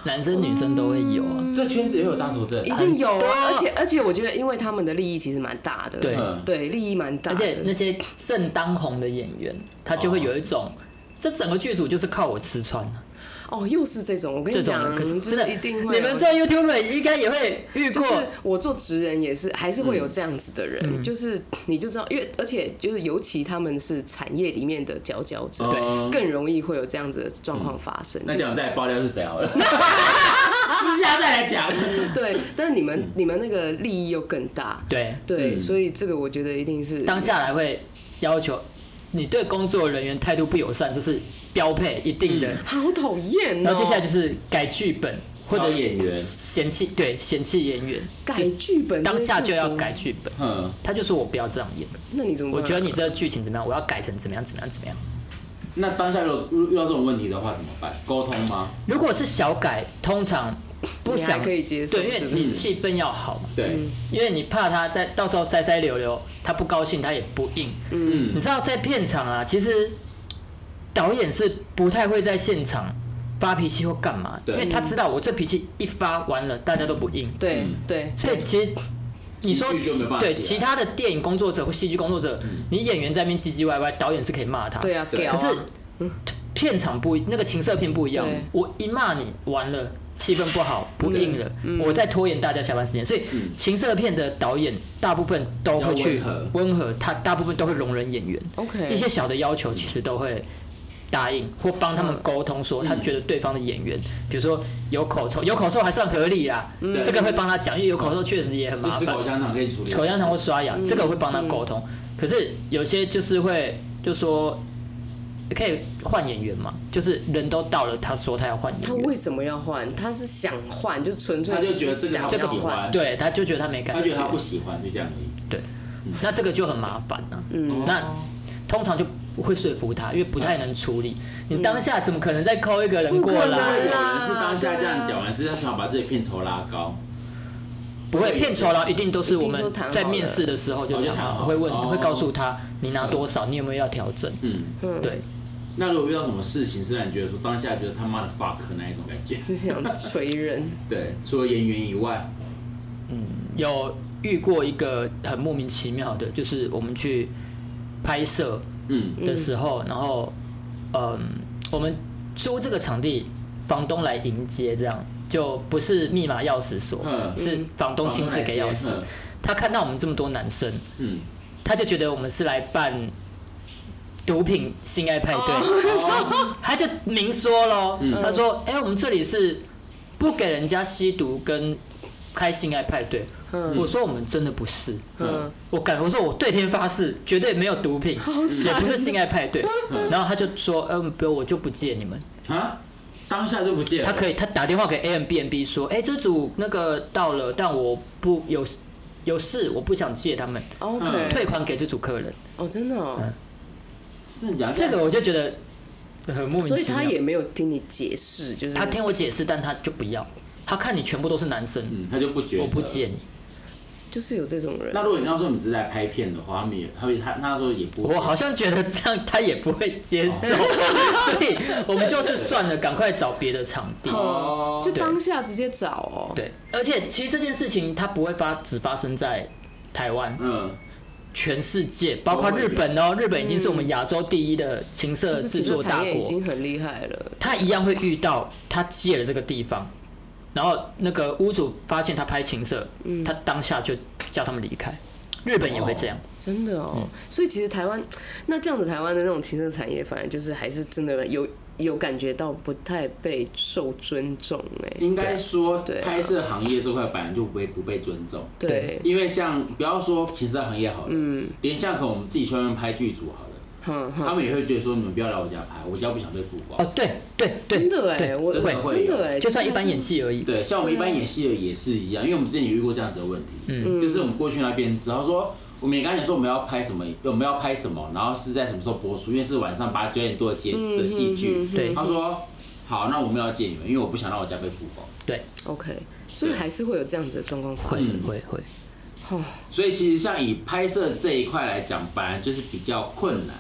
S4: 男生女生都会有啊。
S3: 这圈子也有大头症
S1: 一，定有
S4: 很多
S1: 啊，而且而且我觉得，因为他们的利益其实蛮大的，
S4: 对
S3: 嗯
S1: 对，利益蛮大
S4: 而
S1: 的，
S4: 且那些正当红的演员，他就会有一种，这整个剧组就是靠我吃穿啊
S1: 哦，又是这种，我跟
S4: 这
S1: 你
S4: 种人
S1: 讲，
S4: 可是
S1: 就
S4: 真的，
S1: 一定会
S4: 你们
S1: 有
S4: 做 YouTube 应该也会遇
S1: 就
S4: 过嗯
S1: 是，我做职人也是，还是会有这样子的人，就是你就知道，因为而且就是尤其他们是产业里面的佼佼者，
S3: 对
S4: 哦
S1: 更容易会有这样子的状况发
S4: 嗯
S1: 生。
S3: 那
S1: 就
S3: 这样
S1: 是
S3: 再来爆料是谁好 [laughs] 了，私下再来讲。
S1: [laughs] 对，但是你们你们那个利益又更大，
S4: 对，
S1: 对，
S3: 嗯
S1: 所以这个我觉得一定是
S4: 当下来会要求你对工作人员态度不友善，这是标配一定的。
S1: [laughs] 好讨厌嗯哦。
S4: 然后接下来就是改剧本或者
S3: 挑演员
S4: 嫌弃，对嫌弃演员，
S1: 改剧本，
S4: 当下就要改，剧本。
S3: 嗯，
S4: 他就说我不要这样演，
S1: 那你怎么
S4: 我
S1: 办？
S4: 觉得你这个剧情怎么样，我要改成怎么样怎么样怎么样。
S3: 那当下如果遇遇到这种问题的话怎么办？沟通吗？
S4: 如果是小改，通常不
S1: 你还
S4: 想
S1: 可以接受，
S4: 对，因为
S1: 是不是
S4: 你气氛要好嘛，
S3: 对，
S4: 因为你怕他在到时候塞塞流流，他不高兴他也不应。你
S3: 嗯
S4: 知道在片场啊，其实导演是不太会在现场发脾气或干嘛，因
S3: 对
S4: 为他知道我这脾气一发完了，大家都不应。
S1: 对
S3: 嗯
S1: 对，
S4: 所以其实你说
S3: 戏剧就没办法
S4: 对
S3: 写啊
S4: 其他的电影工作者或戏剧工作者，你演员在那边唧唧歪歪，导演是可以骂他。
S1: 对啊，
S3: 对
S1: 屌
S4: 可
S1: 啊
S4: 是嗯片场不一那个情色片不一样
S1: 对，
S4: 我一骂你完了，气氛不好不硬了，
S1: 嗯
S4: 我在拖延大家下班时间，所以
S3: 嗯
S4: 情色片的导演大部分都会去
S3: 要温和
S4: 温和，他大部分都会容忍演员，
S1: OK
S4: 一些小的要求其实都会。答应或帮他们
S1: 嗯
S4: 沟通，
S3: 嗯
S4: 说他觉得对方的演员，比如说有口臭，有口臭还算合理啦，
S1: 嗯
S3: 对
S4: 这个会帮他讲，因为有口臭确实也很
S3: 就
S4: 麻
S3: 吃
S4: 烦。
S3: 口香糖可以处理。
S4: 口香糖或刷
S1: 嗯
S4: 牙，这个我会帮他沟通。可是有些就是会就说可以换演员嘛，就是人都到了，他说他要换
S1: 他
S4: 演
S1: 为
S4: 员，
S1: 什么要换？他是想换，就纯粹
S3: 他就觉得
S1: 只是
S3: 这个好
S1: 想要
S3: 不喜
S1: 换。
S3: 欢，
S4: 对，他就觉得他没感
S3: 他觉
S4: 觉
S3: 得，他不嗯喜欢，就这样而已。
S4: 对，那这个就很麻烦了、
S1: 嗯
S4: 那通常就不会说服他，因为不太能处理。你当下怎么可能再抠一个人
S1: 嗯
S4: 过
S1: 不可
S4: 来
S1: 能？啊
S3: 有人是当下这样讲完，是他想把自己片酬拉高，
S4: 不会骗酬劳，一定都是我
S1: 一定
S4: 们
S1: 说谈好
S4: 在面试的时候就
S3: 了
S4: 谈
S3: 哦就谈
S4: 好，
S3: 好
S4: 会问
S3: 哦
S4: 会告诉他你拿多少，你有没有要调整？
S3: 嗯，
S1: 嗯
S4: 对，
S3: 那如果遇到什么事情是让你觉得说当下觉得他妈的 fuck 那一种感觉，
S1: 就是想锤人，
S3: 对，除了演员以外，
S4: 有遇过一个很莫名其妙的，就是我们去拍摄
S3: 嗯
S4: 的时候，然后嗯，我们租这个场地，房东来迎接，这样就不是密码钥匙锁，
S3: 嗯
S4: 是房东亲自给钥匙。他看到我们这么多男生，
S3: 嗯，
S4: 他就觉得我们是来办毒品性爱派对，他就明说喽，
S3: 嗯
S4: 他说：“哎、我们这里是不给人家吸毒跟开性爱派对。
S1: 嗯
S4: 我说：“我们真的不是。”
S1: 嗯，
S4: 我敢，我说我对天发誓，绝对没有毒品，也不是性爱派对。然后他就说，嗯，不，我就不借你们。
S3: 啊，当下就不见了，
S4: 他可以，他打电话给 A M B N B 说，哎、这组那个到了，但我不有有事，我不想借他们，
S1: 哦，OK，
S4: 退款给这组客人。
S1: 哦，真的哦，
S3: 是假的
S4: 这个我就觉得很莫名其妙。
S1: 所以他也没有听你解释，就是
S4: 他听我解释，但他就不要，他看你全部都是男生，
S3: 嗯，他就不觉得
S4: 我不借你，
S1: 就是有这种人
S3: 那，如果你要说你只是来拍片的话，他们也，他们他那时候也不，
S4: 我好像觉得这样他也不会接受， [laughs] 所以我们就是算了，赶快找别的场地。
S3: 哦，
S1: 就当下直接找哦，
S4: 对，而且其实这件事情它不会发只发生在台湾，
S3: 嗯，
S4: 全世界包括日本哦，日本已经是我们亚洲第一的情色
S1: 嗯就是
S4: 制
S1: 情色
S4: 作大
S1: 产业已
S4: 国，
S1: 经很厉害了，
S4: 他一样会遇到他借了这个地方，然后那个屋主发现他拍情色，他当下就叫他们离开。日本也会这样，
S1: 真的哦，
S4: 嗯
S1: 所以其实台湾那这样子，台湾的那种情色产业，反正就是还是真的有有感觉到不太被受尊重哎、
S3: 应该说
S1: 对啊
S3: 拍摄行业这块本来就不被不被尊重，
S1: 对，
S3: 因为像不要说情色行业好了，嗯，连像可能我们自己去外面拍剧组好了，
S4: 嗯
S1: 哼哼，
S3: 他们也会觉得说你们不要来我家拍，我家不想被曝光。
S4: 哦，对对对，
S1: 真的哎、我
S3: 真的会
S1: 真的哎、
S4: 就算一般演戏而已，
S3: 对，像我们一
S1: 对啊
S3: 般演戏的也是一样，因为我们之前也遇过这样子的问题，嗯，就是我们过去那边，只要说我们也刚才讲说我们要拍什么，我们要拍什么，然后是在什么时候播出，因为是晚上八九点多的节的戏剧，
S4: 对
S3: 他说好，那我们要见你们，因为我不想让我家被曝光。
S4: 对，
S1: OK，所以还是会有这样子的状况发
S4: 会
S1: 生。
S3: 嗯
S4: 会会，
S1: 哦，
S3: 所以其实像以拍摄这一块来讲，本来就是比较困难。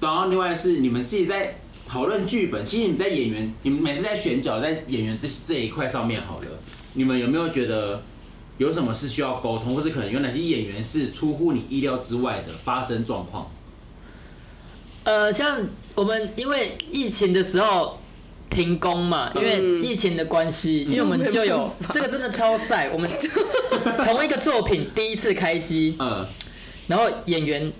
S3: 然后另外是你们自己在讨论剧本，其实你在演员，你们每次在选角在演员这这一块上面好了，你们有没有觉得有什么是需要沟通，或是可能有哪些演员是出乎你意料之外的发生状况？
S4: 呃，像我们因为疫情的时候停工嘛，因为疫情的关系，因为我们就有这个真的超晒，我们同一个作品第一次开机，
S3: 嗯，
S4: 然后演员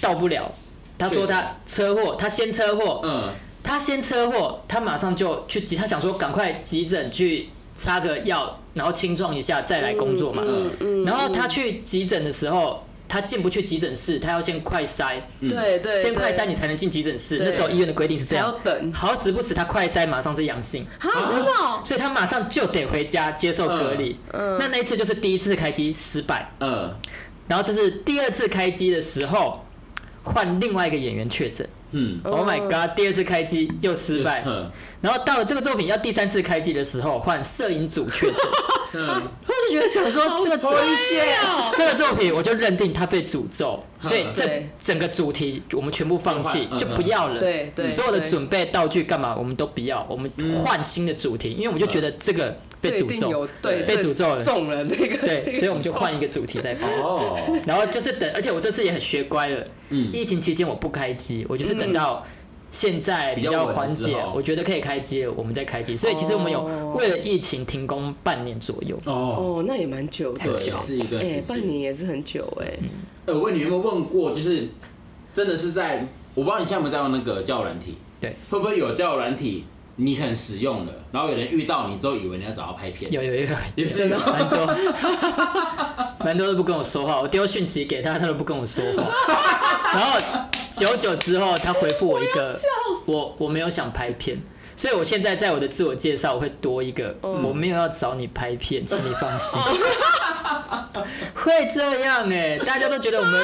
S4: 到不了，他说他车祸，他先车祸，
S3: 嗯，
S4: 他先车祸，他马上就去急，他想说赶快急诊去擦个药，然后清创一下再来工作嘛。
S3: 嗯
S4: 然后他去急诊的时候，他进不去急诊室，他要先快筛。
S1: 对嗯对，
S4: 嗯先快
S1: 对
S4: 筛你才能进急诊室。
S1: 对
S4: 那时候医院的规定是这
S1: 还
S4: 样
S1: 要，等
S4: 好死不死他快筛马上是阳性，
S1: 啊，真的哦、
S4: 所以他马上就得回家接受隔离。
S1: 嗯
S4: 那那一次就是第一次开机失败，
S3: 嗯，
S4: 然后这是第二次开机的时候换另外一个演员确诊。
S3: 嗯，
S1: 哦
S4: Oh my god！第二次开机又失
S3: [laughs]
S4: 败，
S3: 嗯，
S4: 然后到了这个作品要第三次开机的时候换摄影组
S1: [laughs]
S4: 确诊，
S3: 呃
S4: 我就觉得想说啊这个
S1: 好衰哦
S4: 这个作品我就认定它被诅咒，所以这
S1: 对
S4: 整个主题我们全部放弃，
S3: 嗯
S4: 就不要了。
S1: 对对
S4: 所有的
S1: 对
S4: 准备道具干嘛我们都不要，我们换新的主题，因为我们就觉得这个被
S1: 嗯这一
S4: 诅
S1: 定有
S4: 咒，
S1: 对
S4: 被诅咒了
S1: 这中了那个，
S4: 对，
S1: 这个
S4: 所以我们就换一个主题再
S1: [laughs]
S4: [laughs] 拍。
S3: 哦，
S4: 然后就是等，而且我这次也很学乖了。
S3: 嗯
S4: 疫情期间我不开机，我就是等到现在比较缓
S3: 比较
S4: 解
S3: 稳了之，后
S4: 我觉得可以开机了，我们再开机。所以其实我们有
S1: 哦
S4: 为了疫情停工半年左右。
S3: 哦，
S1: 哦，那也蛮久的，
S3: 对，是一段时
S1: 哎、
S3: 间，
S1: 半年也是很久哎、
S4: 嗯
S3: 呃我问你有没有问过，就是真的是在，我不知道你现在有没有在用那个交友软体，
S4: 对，
S3: 会不会有交友软体你很实用的，然后有人遇到你之后以为你要找他拍片，
S4: 有有有有，
S3: 也是有
S4: [laughs] 蛮多，蛮多都不跟我说话。我丢讯息给他，他都不跟我说
S3: [laughs]
S4: 话。然后久久之后，他回复我一个，我我没有想拍片，所以我现在在我的自我介绍我会多一个，
S3: 嗯
S4: 我没有要找你拍片，请你放心。
S3: 哦
S4: [laughs] 会这样哎、大家都觉得我们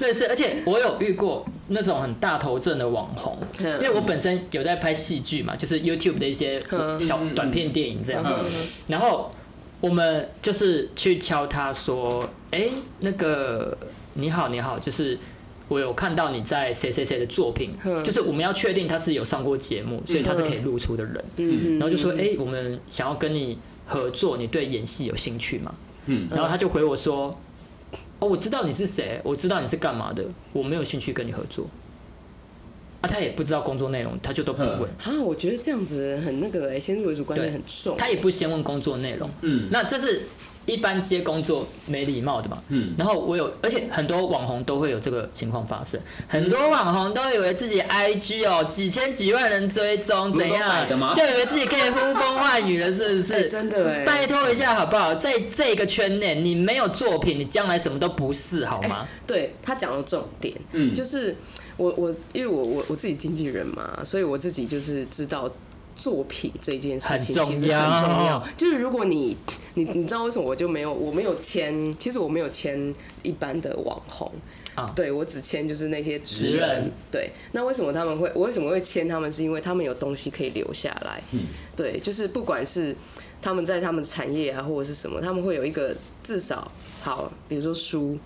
S4: 认识，而且我有遇过那种很大头症的网红，
S1: 嗯
S4: 因为我本身有在拍戏剧嘛，就是 YouTube 的一些
S1: 嗯
S4: 小
S3: 嗯嗯
S4: 短片电影这样
S3: 嗯，
S4: 然后我们就是去敲他说，哎、那个你好你好，就是我有看到你在谁谁谁的作品
S1: 嗯，
S4: 就是我们要确定他是有上过节目，所以他是可以露出的人。
S1: 嗯
S4: 然后就说，哎、我们想要跟你合作，你对演戏有兴趣吗？
S3: 嗯
S4: 然后他就回我说，哦，我知道你是谁，我知道你是干嘛的，我没有兴趣跟你合作。啊，他也不知道工作内容，他就都不问，
S1: 啊，我觉得这样子很那个哎、先入为主观念很重。
S4: 他也不先问工作内容。
S3: 嗯
S4: 那这是一般接工作没礼貌的嘛？
S3: 嗯，
S4: 然后我有，而且很多网红都会有这个情况发生，很多网红都以为自己 IG 哦几千几万人追踪，
S3: 不是
S4: 怎
S3: 都
S4: 样
S3: 买的吗
S4: 就以为自己可以呼风唤雨了，是不
S1: 哎
S4: 是？
S1: 真的哎、
S4: 拜托一下好不好？在这个圈内，你没有作品，你将来什么都不是，好吗？
S1: 哎对他讲到重点，
S3: 嗯
S1: 就是我我因为我我我自己经纪人嘛，所以我自己就是知道作品这件事
S4: 很
S1: 情
S4: 重
S1: 其实
S4: 要
S1: 很重要。就是如果你你你知道为什么我就没有我没有签，其实我没有签一般的网红。
S4: 啊
S1: 对我只签就是那些职
S4: 职
S1: 人，
S4: 人
S1: 对。那为什么他们会，我为什么会签他们？是因为他们有东西可以留下来，对，就是不管是他们在他们产业啊，或者是什么，他们会有一个至少好，比如说书，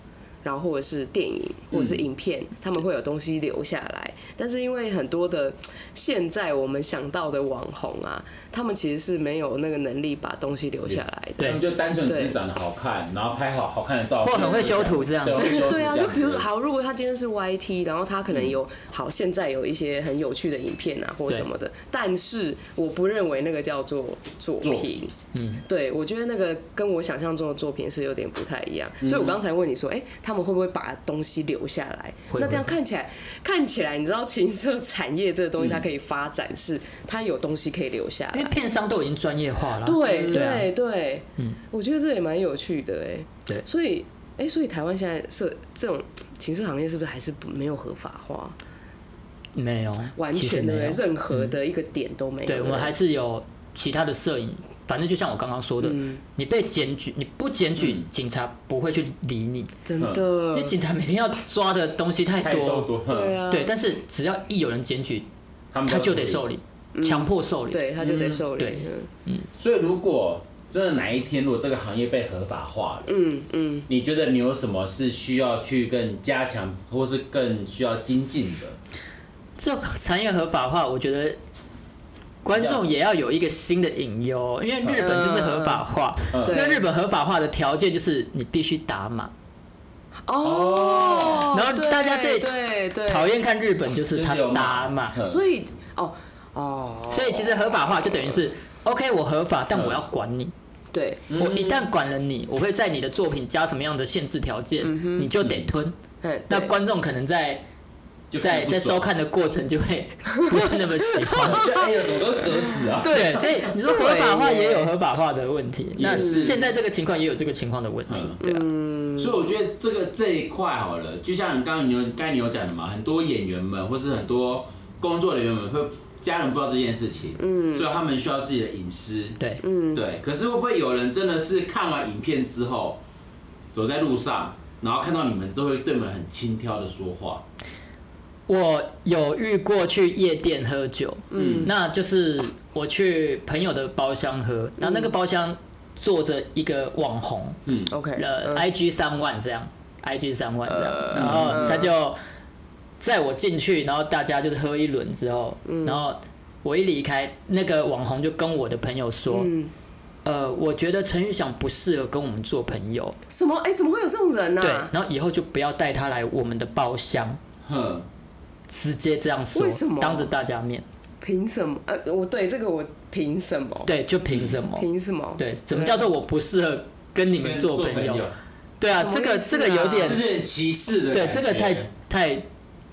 S1: 然后或者是电影，或者是影片，他们会有东西留下来。但是因为很多的现在我们想到的网红啊，他们其实是没有那个能力把东西留下来的。
S4: 对
S3: 他们就单纯只是长得好看，然后拍好好看的照片，
S4: 或很会修图这样
S3: 对，会修图
S1: 对啊，
S3: 这样
S1: 就
S3: 子
S1: 比如说，好，如果他今天是 YT，然后他可能有、好，现在有一些很有趣的影片啊，或者什么的，但是我不认为那个叫做
S3: 作
S1: 作品
S3: 品。
S4: 嗯，
S1: 对，我觉得那个跟我想象中的作品是有点不太一样，所以我刚才问你说，哎、他们会不会把东西留下来？
S4: 会
S1: 那这样
S4: 会
S1: 看起来，看起来，你知道情色产业这个东西，它可以发展是，它有东西可以留下
S4: 因为
S1: 来。
S4: 片商都已经专业化了。
S1: 对
S4: 对啊
S1: 对对，
S4: 嗯
S1: 我觉得这也蛮有趣的哎。
S4: 对
S1: 所以哎、所以台湾现在社这种嗯情色行业是不是还是不没有合法化？
S4: 没有，
S1: 完
S4: 其实
S1: 全
S4: 没
S1: 对不
S4: 有
S1: 对？任何的一个点都没有。
S4: 对我们还是有其他的摄影，反正就像我刚刚说的，你被检举，你不检举
S3: 嗯，
S4: 警察不会去理你，
S1: 真
S4: 因为
S1: 的，
S4: 警察每天要抓的东西太
S3: 太多
S4: 多。
S3: 多，
S1: 嗯对
S3: 啊，
S1: 啊，
S4: 对，但是只要一有人检举，
S3: 他们
S4: 他就
S3: 处
S4: 得
S3: 理
S4: 受理，强迫受理。
S1: 对，他就得受理
S4: 对。
S3: 所以如果真的哪一天，如果这个行业被合法化了，
S1: 嗯嗯。
S3: 你觉得你有什么是需要去更加强，或是更需要精进的？
S4: 这产业合法化，我觉得观众也要有一个新的隐忧，因为日本就是合法化。
S3: 嗯
S1: 对
S4: 那日本合法化的条件就是你必须打码，
S1: 哦，
S4: 然后
S1: 对
S4: 大家最
S1: 对对，
S4: 讨厌看日本就是他
S3: 就是有
S4: 打码，
S3: 嗯
S1: 所以哦哦，
S4: 所以其实合法化就等于是 OK，我合法，但我要管你。
S1: 对嗯
S4: 我一旦管了你，我会在你的作品加什么样的限制条件，你就得吞。
S1: 嗯，
S4: 那
S1: 对
S4: 观众可能在
S3: 就
S4: 在在收看的过程就会 [laughs] 不是那么喜欢。
S3: [laughs] 就哎呀，怎么都是格子啊？
S4: 对，所以你说合法化也有合法化的问题，
S3: 也
S4: 那
S3: 是
S4: 现在这个情况也有这个情况的问题
S3: 嗯，
S4: 对啊，
S3: 所以我觉得这个这一块好了，就像你刚刚你有刚才你有讲的嘛，很多演员们或是很多工作人员们会家人不知道这件事情，嗯，所以他们需要自己的隐私，
S4: 对，
S3: 对。可是会不会有人真的是看完影片之后，走在路上，然后看到你们之后会对你们很轻佻的说话？
S4: 我有遇过去夜店喝酒，嗯，那就是我去朋友的包厢喝，然后那个包厢坐着一个网红，
S3: 嗯，
S1: OK，
S4: 呃
S1: 嗯呃
S4: ，IG 三万这样，IG 三万这样，然
S1: 嗯
S4: 后他就在我进去，然后大家就是喝一轮之后，
S1: 嗯
S4: 然后我一离开，那个网红就跟我的朋友说，
S1: 嗯
S4: 呃，我觉得陈玉祥不适合跟我们做朋友，
S1: 什么？哎，怎么会有这种人
S4: 对
S1: 呢，？
S4: 然后以后就不要带他来我们的包厢，
S3: 哼，
S4: 直接这样说
S1: 为什么，
S4: 当着大家面，
S1: 凭什么？呃，我对这个我凭什么？
S4: 对，就凭什么？
S1: 凭什么？
S4: 对，怎么叫做我不适合跟你
S3: 你
S4: 们做朋友？对啊，
S1: 什
S4: 这
S1: 么
S4: 个
S1: 意思
S4: 这个有
S1: 啊
S4: 点
S3: 就，是很歧视的
S4: 对，
S3: 感觉，
S4: 这个太太，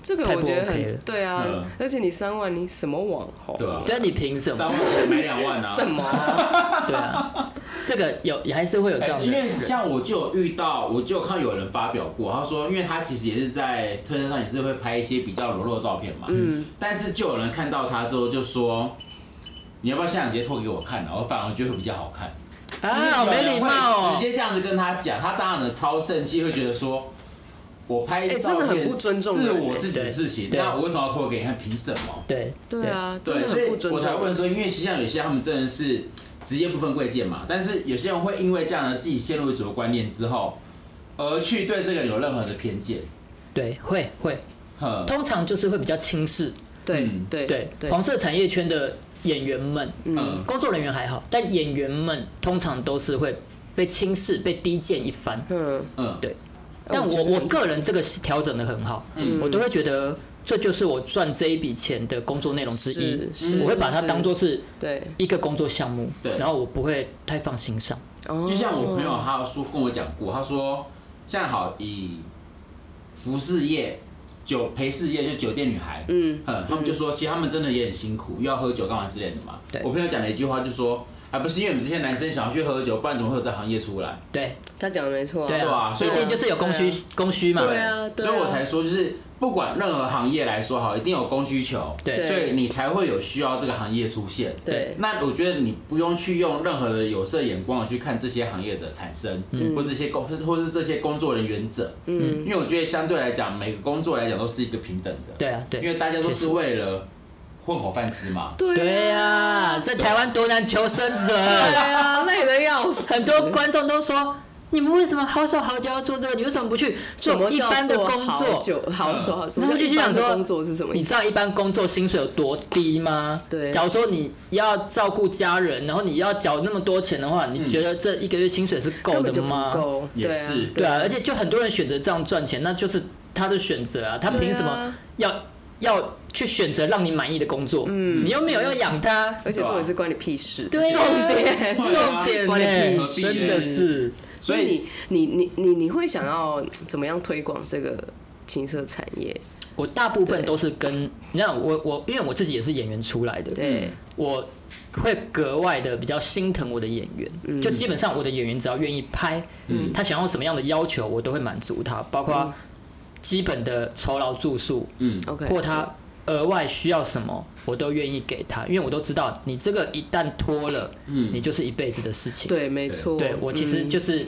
S1: 这个
S4: 太
S1: 我
S4: 不
S1: 觉得
S4: OK
S1: 很
S4: 了
S1: 对啊
S3: 嗯，
S1: 而且你三万，你什么网红？
S3: 对啊吧？
S4: 但你凭什么
S3: 三？万块买两万啊！
S1: 什么啊？
S4: [laughs] 对啊，这个有也还是会有这
S3: 还
S4: 样
S3: 是
S4: 的
S3: 因为
S4: 人，
S3: 像我就有遇到，我就有看有人发表过，他说，因为他其实也是在推特上也是会拍一些比较裸露的照片嘛，嗯，但是就有人看到他之后就说，你要不要下影直接脱给我看啊？我反而觉得会比较好看。
S4: 啊，好没礼貌
S3: 直
S4: 哦。
S3: 接这样子跟他讲，他当然超生气，会觉得说。我拍
S1: 哎
S3: 照
S1: 真的很
S3: 片
S1: 不尊重
S3: 是
S1: 人
S3: 我
S1: 哎
S3: 自己的事情，
S4: 对对
S3: 那我为什么要脱给你看？凭什么？
S4: 对
S1: 对，啊，真
S3: 对，
S1: 的
S3: 所
S1: 很不
S3: 以我
S1: 尊
S3: 才问
S1: 重。
S3: 说，因为其实像有些他们真的是职业不分贵贱嘛，但是有些人会因为这样的自己陷入主流观念之后，而去对这个人有任何的偏见。
S4: 对，会会，
S3: 呵，
S4: 通常就是会比较轻视，
S1: 对
S3: 嗯
S1: 对
S4: 对，
S1: 对，
S4: 黄色产业圈的演员们，
S3: 嗯，
S4: 工作人员还好，但演员们通常都是会被轻视、被低贱一番。
S1: 嗯，
S3: 嗯，
S4: 对，但
S1: 我
S4: 我
S1: 觉得
S4: 我
S1: 很
S4: 个人这个是调整的很好，
S3: 嗯
S4: 我都会觉得这就是我赚这一笔钱的工作内容之一
S1: 是是，
S4: 我会把它
S1: 是
S4: 当做是
S1: 对，
S4: 一个工作项目，
S3: 对
S4: 然后我不会太放心上。
S1: 就
S3: 就像我朋友他说跟我讲过，他说像好以服饰业、酒陪侍业就酒店女孩，
S1: 嗯，
S3: 嗯，他们就说，其实他们真的也很辛苦，又要喝酒干嘛之类的嘛。
S4: 对
S3: 我朋友讲了一句话，就说，啊，不是因为你们这些男生想要去喝酒，不然怎么会有这行业出来？
S4: 对
S1: 他讲的没错啊，
S4: 对
S3: 对
S4: 啊
S3: 啊，所以
S4: 一
S3: 我
S4: 定就是有供需供需嘛。
S1: 对啊对啊
S3: 所以我才说，就是不管任何行业来说，好，一定有供需求，
S4: 对
S3: 所以你才会有需要这个行业出现。
S1: 对
S3: 那我觉得你不用去用任何的有色眼光去看这些行业的产生，
S4: 嗯
S3: 或这些工，或是这些工作人员者，
S1: 嗯，
S3: 因为我觉得相对来讲，每个工作来讲都是一个平等的，
S4: 对啊，对，
S3: 因为大家都
S4: 确实
S3: 是为了混口饭吃嘛。
S4: 对
S1: 对
S4: 呀、啊，在台湾多难求生
S1: 对
S4: 者，
S1: 啊，累的要死，
S4: 很多观众都说。你们为什么好手好脚要做这个？你为什么不去
S1: 什
S4: 做
S1: 么
S4: 一
S1: 叫
S4: 般的
S1: 做
S4: 工
S1: 好
S4: 作？
S1: 久好手好手，
S4: 然后就
S1: 一
S4: 去
S1: 般
S4: 想
S1: 的
S4: 说，
S1: 工作是什么
S4: 你
S1: 意思？
S4: 知道一般工作薪水有多低吗？
S1: 对
S4: 假如说你要照顾家人，然后你要缴那么多钱的话，
S3: 嗯
S4: 你觉得这一个月薪水是够
S1: 根本
S4: 的
S1: 就不
S4: 吗？
S1: 够，
S3: 也
S1: 对啊
S3: 是，
S4: 对啊，而且就很多人选择这样赚钱，那就是他的选择啊，他凭什
S1: 对
S4: 么
S1: 啊
S4: 要、要去选择让你满意的工作？嗯，你又没有要养他，
S1: 而且
S3: 对啊
S1: 重点是关你屁事，
S4: 对啊
S1: 重点
S3: 对啊
S4: 重点
S1: 关你
S4: 呢、
S1: 屁
S3: 事
S4: 真的是
S1: 所以你你你你你会想要怎么样推广这个情色产业？
S4: 我大部分
S1: 对
S4: 都是跟你看我我，因为我自己也是演员出来的，
S1: 对，
S4: 我会格外的比较心疼我的演员，
S1: 嗯
S4: 就基本上我的演员只要愿意拍，他想要什么样的要求，我都会满足他，包
S1: 嗯
S4: 括基本的酬劳住宿，
S3: 嗯
S1: OK
S4: 或他额外需要什么，我都愿意给他，因为我都知道你这个一旦拖了，
S3: 嗯
S4: 你就是一辈子的事情。
S1: 对，没错，
S4: 对我其实
S1: 嗯
S4: 就是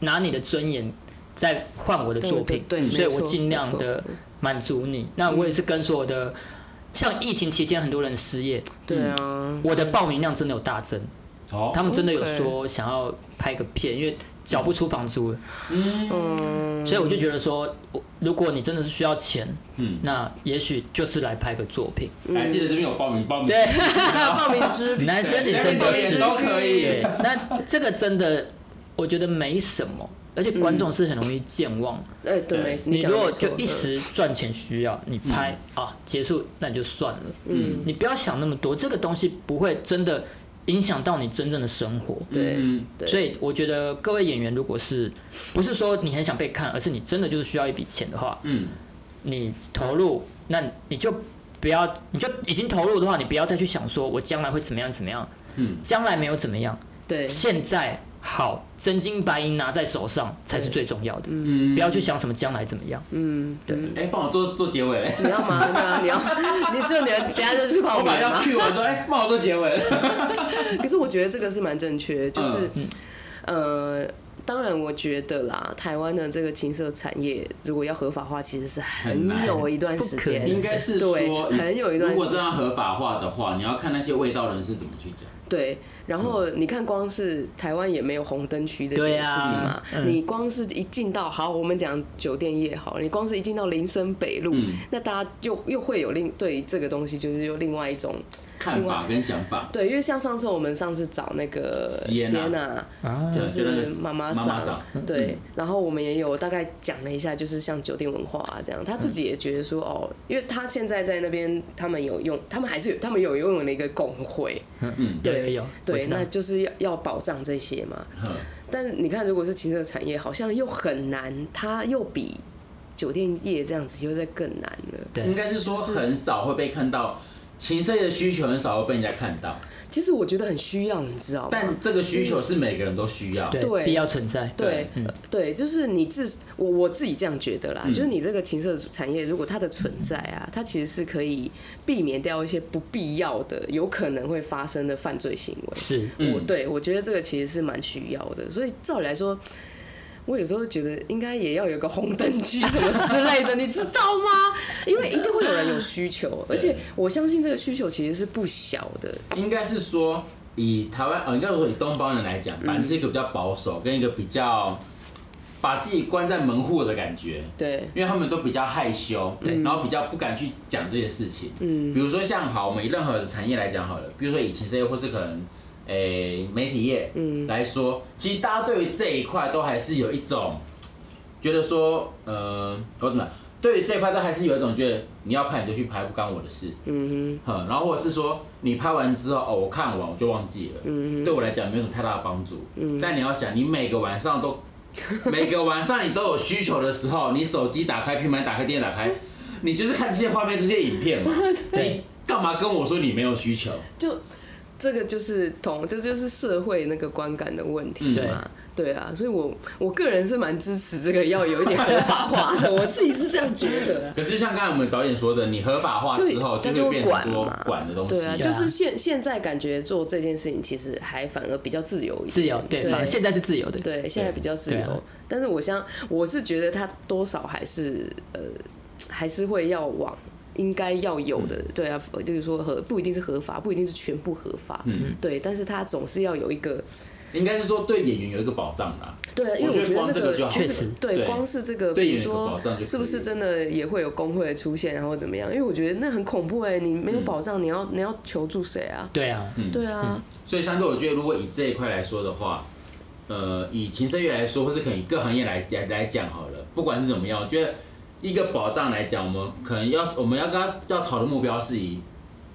S4: 拿你的尊严在换我的作品，
S1: 对对对
S4: 所以
S1: 没错嗯
S4: 我尽量的满足你。那我也是跟所有的，像疫情期间很多人失业，
S1: 对啊，
S4: 我的报名量真的有大增，
S1: 哦
S3: 好，
S4: 他们真的有
S1: OK
S4: 说想要拍个片，因为缴不出房租了， [laughs]
S1: 嗯，
S4: 所以我就觉得说，我如果你真的是需要钱，
S3: 嗯
S4: 那也许就是来拍个作
S3: [laughs]
S4: 品，
S3: 来，哎记得这边有报名，报名，
S4: 嗯对，
S1: 报名之笔
S4: 男生女
S3: 下
S4: 生
S3: 面
S4: 都
S3: 留言
S4: 是
S3: 都，可以
S4: 对，，那这个真的我觉得没什么，而且观众是很容易健忘，
S1: 哎，对，没
S4: 你
S1: 嗯讲
S4: 如
S1: 得
S4: 果
S1: 没错嗯
S4: 就一时赚钱需要，你拍啊结束那你就算了，嗯，你不要想那么多，这个东西不会真的影响到你真正的生活，
S1: 对
S3: 嗯，
S1: 对
S4: 所以我觉得各位演员，如果是不是说你很想被看，而是你真的就是需要一笔钱的话，
S3: 嗯，
S4: 你投入，那你就不要，你就已经投入的话，你不要再去想说我将来会怎么样怎么样，
S3: 嗯，
S4: 将来没有怎么样，
S1: 对
S4: 现在好，真金白银拿在手上才是最重要的，嗯，不要去想什么将来怎么样，
S1: 嗯
S3: 哎，帮我做做结尾，
S1: 你要吗？对啊，你要，
S4: [laughs]
S1: 你就你等下就去
S3: [laughs]
S1: 报
S3: 我
S1: 名
S3: 把要
S1: 吗？
S3: Q 完说，哎，帮我做结尾，
S1: 可是我觉得这个是蛮正确，
S4: 嗯
S1: 就是、呃，当然我觉得啦，台湾的这个情色产业如果要合法化，其实是
S3: 很
S1: 很
S3: 难
S1: 有一段时
S4: 不可能
S3: [laughs]
S1: 间
S3: 应，该是
S1: 对
S3: 说，
S1: 很有一段
S3: 如果这样合法化的话，你要看那些味道人是怎么去讲，
S1: 对。然后你看，光是台湾也没有红灯区这
S4: 对
S1: 件
S4: 啊
S1: 事情嘛，
S4: 嗯
S1: 你光是一进到好，我们讲酒店业好了，你光是一进到林森北路，
S3: 嗯
S1: 那大家又又会有另对于这个东西就是有另外一种
S3: 看法跟想法，
S1: 对，因为像上次我们上次找那个
S3: Sienna
S4: 啊
S1: 就
S3: 对就是那个
S1: 妈妈
S3: 妈妈
S1: 桑
S3: 桑，
S1: 对，然后我们也有大概讲了一下，就是像酒店文化啊这样，他自己也觉得说哦，因为他现在在那边，他们有用，他们还是有，他们有拥有了一个工会，
S3: 嗯，
S4: 有
S1: 对
S4: 有有，我
S1: 对，
S4: 知道
S1: 那就是要要保障这些嘛。
S3: 呵
S1: 但是你看，如果是情色产业，好像又很难，它又比酒店业这样子又在更难了。
S4: 对
S3: 应该是说很少会被看到。情色的需求很少会被人家看到，
S1: 其实我觉得很需要，你知道吗？
S3: 但这个需求是每个人都需要。
S1: 对
S4: 对，嗯必要存在，
S1: 对、呃对，就是你自我我自己这样觉得啦，
S4: 嗯
S1: 就是你这个情色产业，如果它的存在啊，它其实是可以避免掉一些不必要的、有可能会发生的犯罪行为。
S4: 是，
S3: 嗯
S1: 我对我觉得这个其实是蛮需要的，所以照理来说。我有时候觉得应该也要有个红灯区什么之类的，你 [laughs] 知道吗？因为一定会有人有需求，而且我相信这个需求其实是不小的。
S3: 应该是说嗯以台湾呃，应该如果以东方人来讲，反正是一个比较保守跟一个比较把自己关在门户的感觉，
S1: 对，
S3: 因为他们都比较害羞，
S4: 对
S3: 然后比较不敢去讲这些事情。嗯，比如说像好，我们以任何的产业来讲好了，比如说以情色业或是可能诶、媒体业，嗯，来说，其实大家对于这一块都还是有一种觉得说，呃，我怎么讲对于这一块都还是有一种觉得你要拍你就去拍，不干我的事。
S1: 嗯
S3: 哼，然后或者是说你拍完之后，哦，我看完我就忘记了，对我来讲没有什么太大的帮助。但你要想，你每个晚上都， [laughs] 每个晚上你都有需求的时候，你手机打开、平板打开、电脑打开，
S1: [laughs]
S3: 你就是看这些画面、这些影片嘛。你
S4: 对
S3: 干嘛跟我说你没有需求？
S1: 哼，就这个就是同，这就是社会那个观感的问题嘛。
S4: 嗯
S1: 对啊，所以我我个人是蛮支持这个要有一点合法化的，我自己是这样觉得啊。
S3: 可是像刚才我们导演说的，你合法化
S1: 就
S3: 之后，
S1: 他
S3: 就会
S1: 就会
S3: 变成
S1: 管
S3: 多
S1: 嘛，
S3: 管的东西。
S1: 对啊，
S4: 对
S1: 就
S4: 啊
S1: 是现现在感觉做这件事情其实还反而比较自由一点，
S4: 自由，对，
S1: 对
S4: 反正现在是
S3: [laughs]
S4: 自由的，
S1: 对，现在比较自
S4: 对啊
S1: 由。但是我相我是觉得他多少还是呃，还是会要往应该要有
S3: 嗯
S1: 的，对啊，呃就是说合不一定是合法，不一定是全部合法，
S3: 嗯，
S1: 对，但是他总是要有一个
S3: 应该是说对演员有一个保障啦。
S1: 对啊，因
S3: 我
S1: 为
S3: 觉得
S1: 我觉得
S3: 光
S1: 那
S3: 这个就好
S1: 就
S4: 确
S1: 是
S4: 实
S1: 对，
S3: 对
S1: 光是这个，
S3: 对演
S1: 比如
S3: 员有保
S1: 说
S3: 障就可以
S1: 是不是真的也会有工会出现，然后怎么样？因为我觉得那很恐怖哎，你没有保障，你要你要求助谁啊？
S4: 对啊，
S3: 嗯
S1: 对啊，
S3: 所以相对，我觉得如果以这一块来说的话，呃，以情深乐来说，或是可能以各行业来来来讲好了，不管是怎么样，我觉得一个保障来讲，我们可能要我们要跟他要朝的目标是以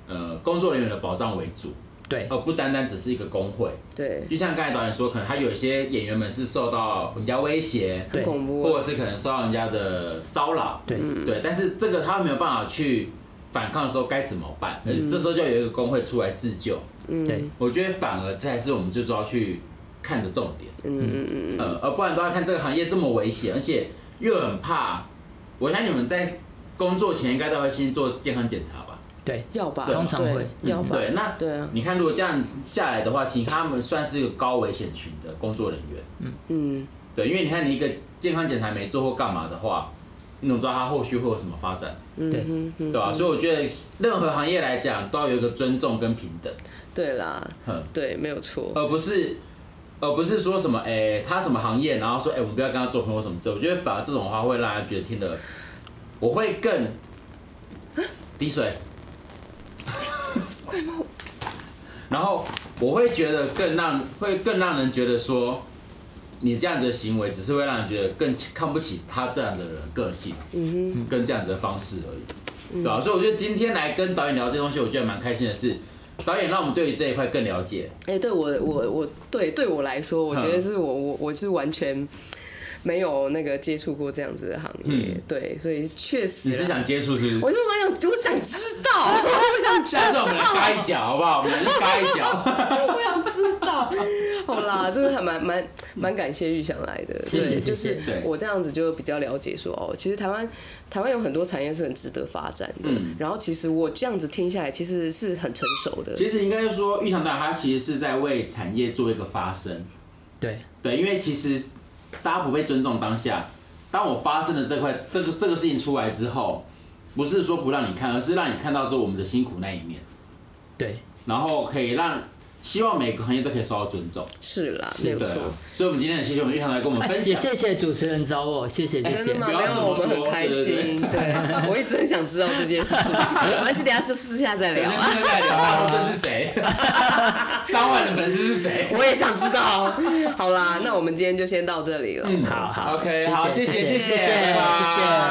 S3: 呃工作人员的保障为主，
S4: 对，
S3: 而不单单只是一个工会。
S1: 对，
S3: 就像刚才导演说，可能他有一些演员们是受到人家威胁，
S1: 很
S4: 对
S1: 恐怖嗯
S3: 或
S1: 啊，
S3: 者是可能受到人家的骚扰，
S4: 对，
S3: 对，但是这个他没有办法去反抗的时候该怎么办？而且这时候就有一个工会出来自救。
S1: 嗯
S4: 对，
S3: 我觉得反而这才是我们最主要去看的重点，
S1: 嗯嗯嗯，
S3: 呃，而不然的话，看这个行业这么危险，而且又很怕。我相信你们在工作前应该都会先做健康检查吧？
S4: 对，
S1: 要吧，
S4: 通常
S1: 对
S4: 会
S1: 要吧，
S3: 嗯对，那
S1: 对啊，
S3: 你看，如果这样下来的话，其实他们算是一个高危险群的工作人员。
S1: 嗯，
S3: 对，因为你看你一个健康检查没做或干嘛的话，你怎么知道他后续会有什么发展？
S4: 对，
S1: 嗯嗯
S3: 对吧、所以我觉得任何行业来讲，都要有一个尊重跟平等。
S1: 对啦，
S3: 哼。
S1: 对，没有错，
S3: 而不是而不是说什么哎、他什么行业，然后说哎、我们不要跟他做朋友什么之类。我觉得反而这种话会让人觉得听得我会更滴水，然后我会觉得更让会更让人觉得说。你这样子的行为，只是会让人觉得更看不起他这样的人的个性，
S1: 嗯
S3: 跟这样子的方式而已，对吧、所以我觉得今天来跟导演聊这些东西，我觉得蛮开心的是，导演让我们对于这一块更了解，
S1: 哼，哎、对我我我对对我来说，
S3: 嗯
S1: 我觉得是我我我是完全没有那个接触过这样子的行业，
S3: 嗯
S1: 对，所以确实
S3: 你
S1: 啦，
S3: 是想接触是不是？
S1: 我就蛮想，我想知
S3: [laughs]
S1: 道，我想知
S3: 下次我们来
S1: 道
S3: 发，一脚好不好？我们来去发一脚。 [laughs]
S1: 我想知道。好啦，真的还蛮蛮蛮感谢玉祥来的，
S4: 谢谢
S1: 对，
S4: 谢谢
S1: 就是
S3: 对
S1: 我这样子就比较了解说哦，其实台湾台湾有很多产业是很值得发展的，
S3: 嗯
S1: 然后其实我这样子听下来，其实是很成熟的，
S3: 其实应该是说，玉强导演他其实是在为产业做一个发声，
S4: 对，
S3: 对，因为其实大家不被尊重当下，当我发生了这块这个这个事情出来之后，不是说不让你看，而是让你看到这我们的辛苦那一面，
S4: 对，
S3: 然后可以让希望每个行业都可以受到尊重，
S1: 是啦，
S4: 是
S1: 没有
S3: 对
S1: 错。哎
S3: 啊。所以我们今天很谢谢我们玉强导演跟我们分
S4: 哎也
S3: 享，
S4: 谢谢主持人找我，谢谢谢
S1: 真的
S4: 谢，
S1: 吗？
S3: 不
S1: 没
S3: 要这
S1: 有，
S3: 么
S1: 我们很
S3: 说
S1: 开心。
S3: 对
S1: 对， [laughs] 我一直很想知道这件事
S3: [laughs]
S1: 情，没关系，等一下就私下再聊
S3: 等一下 [laughs]
S1: 啊。
S3: 现在聊啊，这是
S1: [laughs]
S3: 谁？三万的粉丝是谁？
S1: 我也想知道。好啦，那我们今天就先到这里了。
S3: 嗯
S4: 好好
S3: ，OK，好，谢
S4: 谢
S3: 谢，
S4: 谢谢谢
S3: 拜拜
S4: 谢谢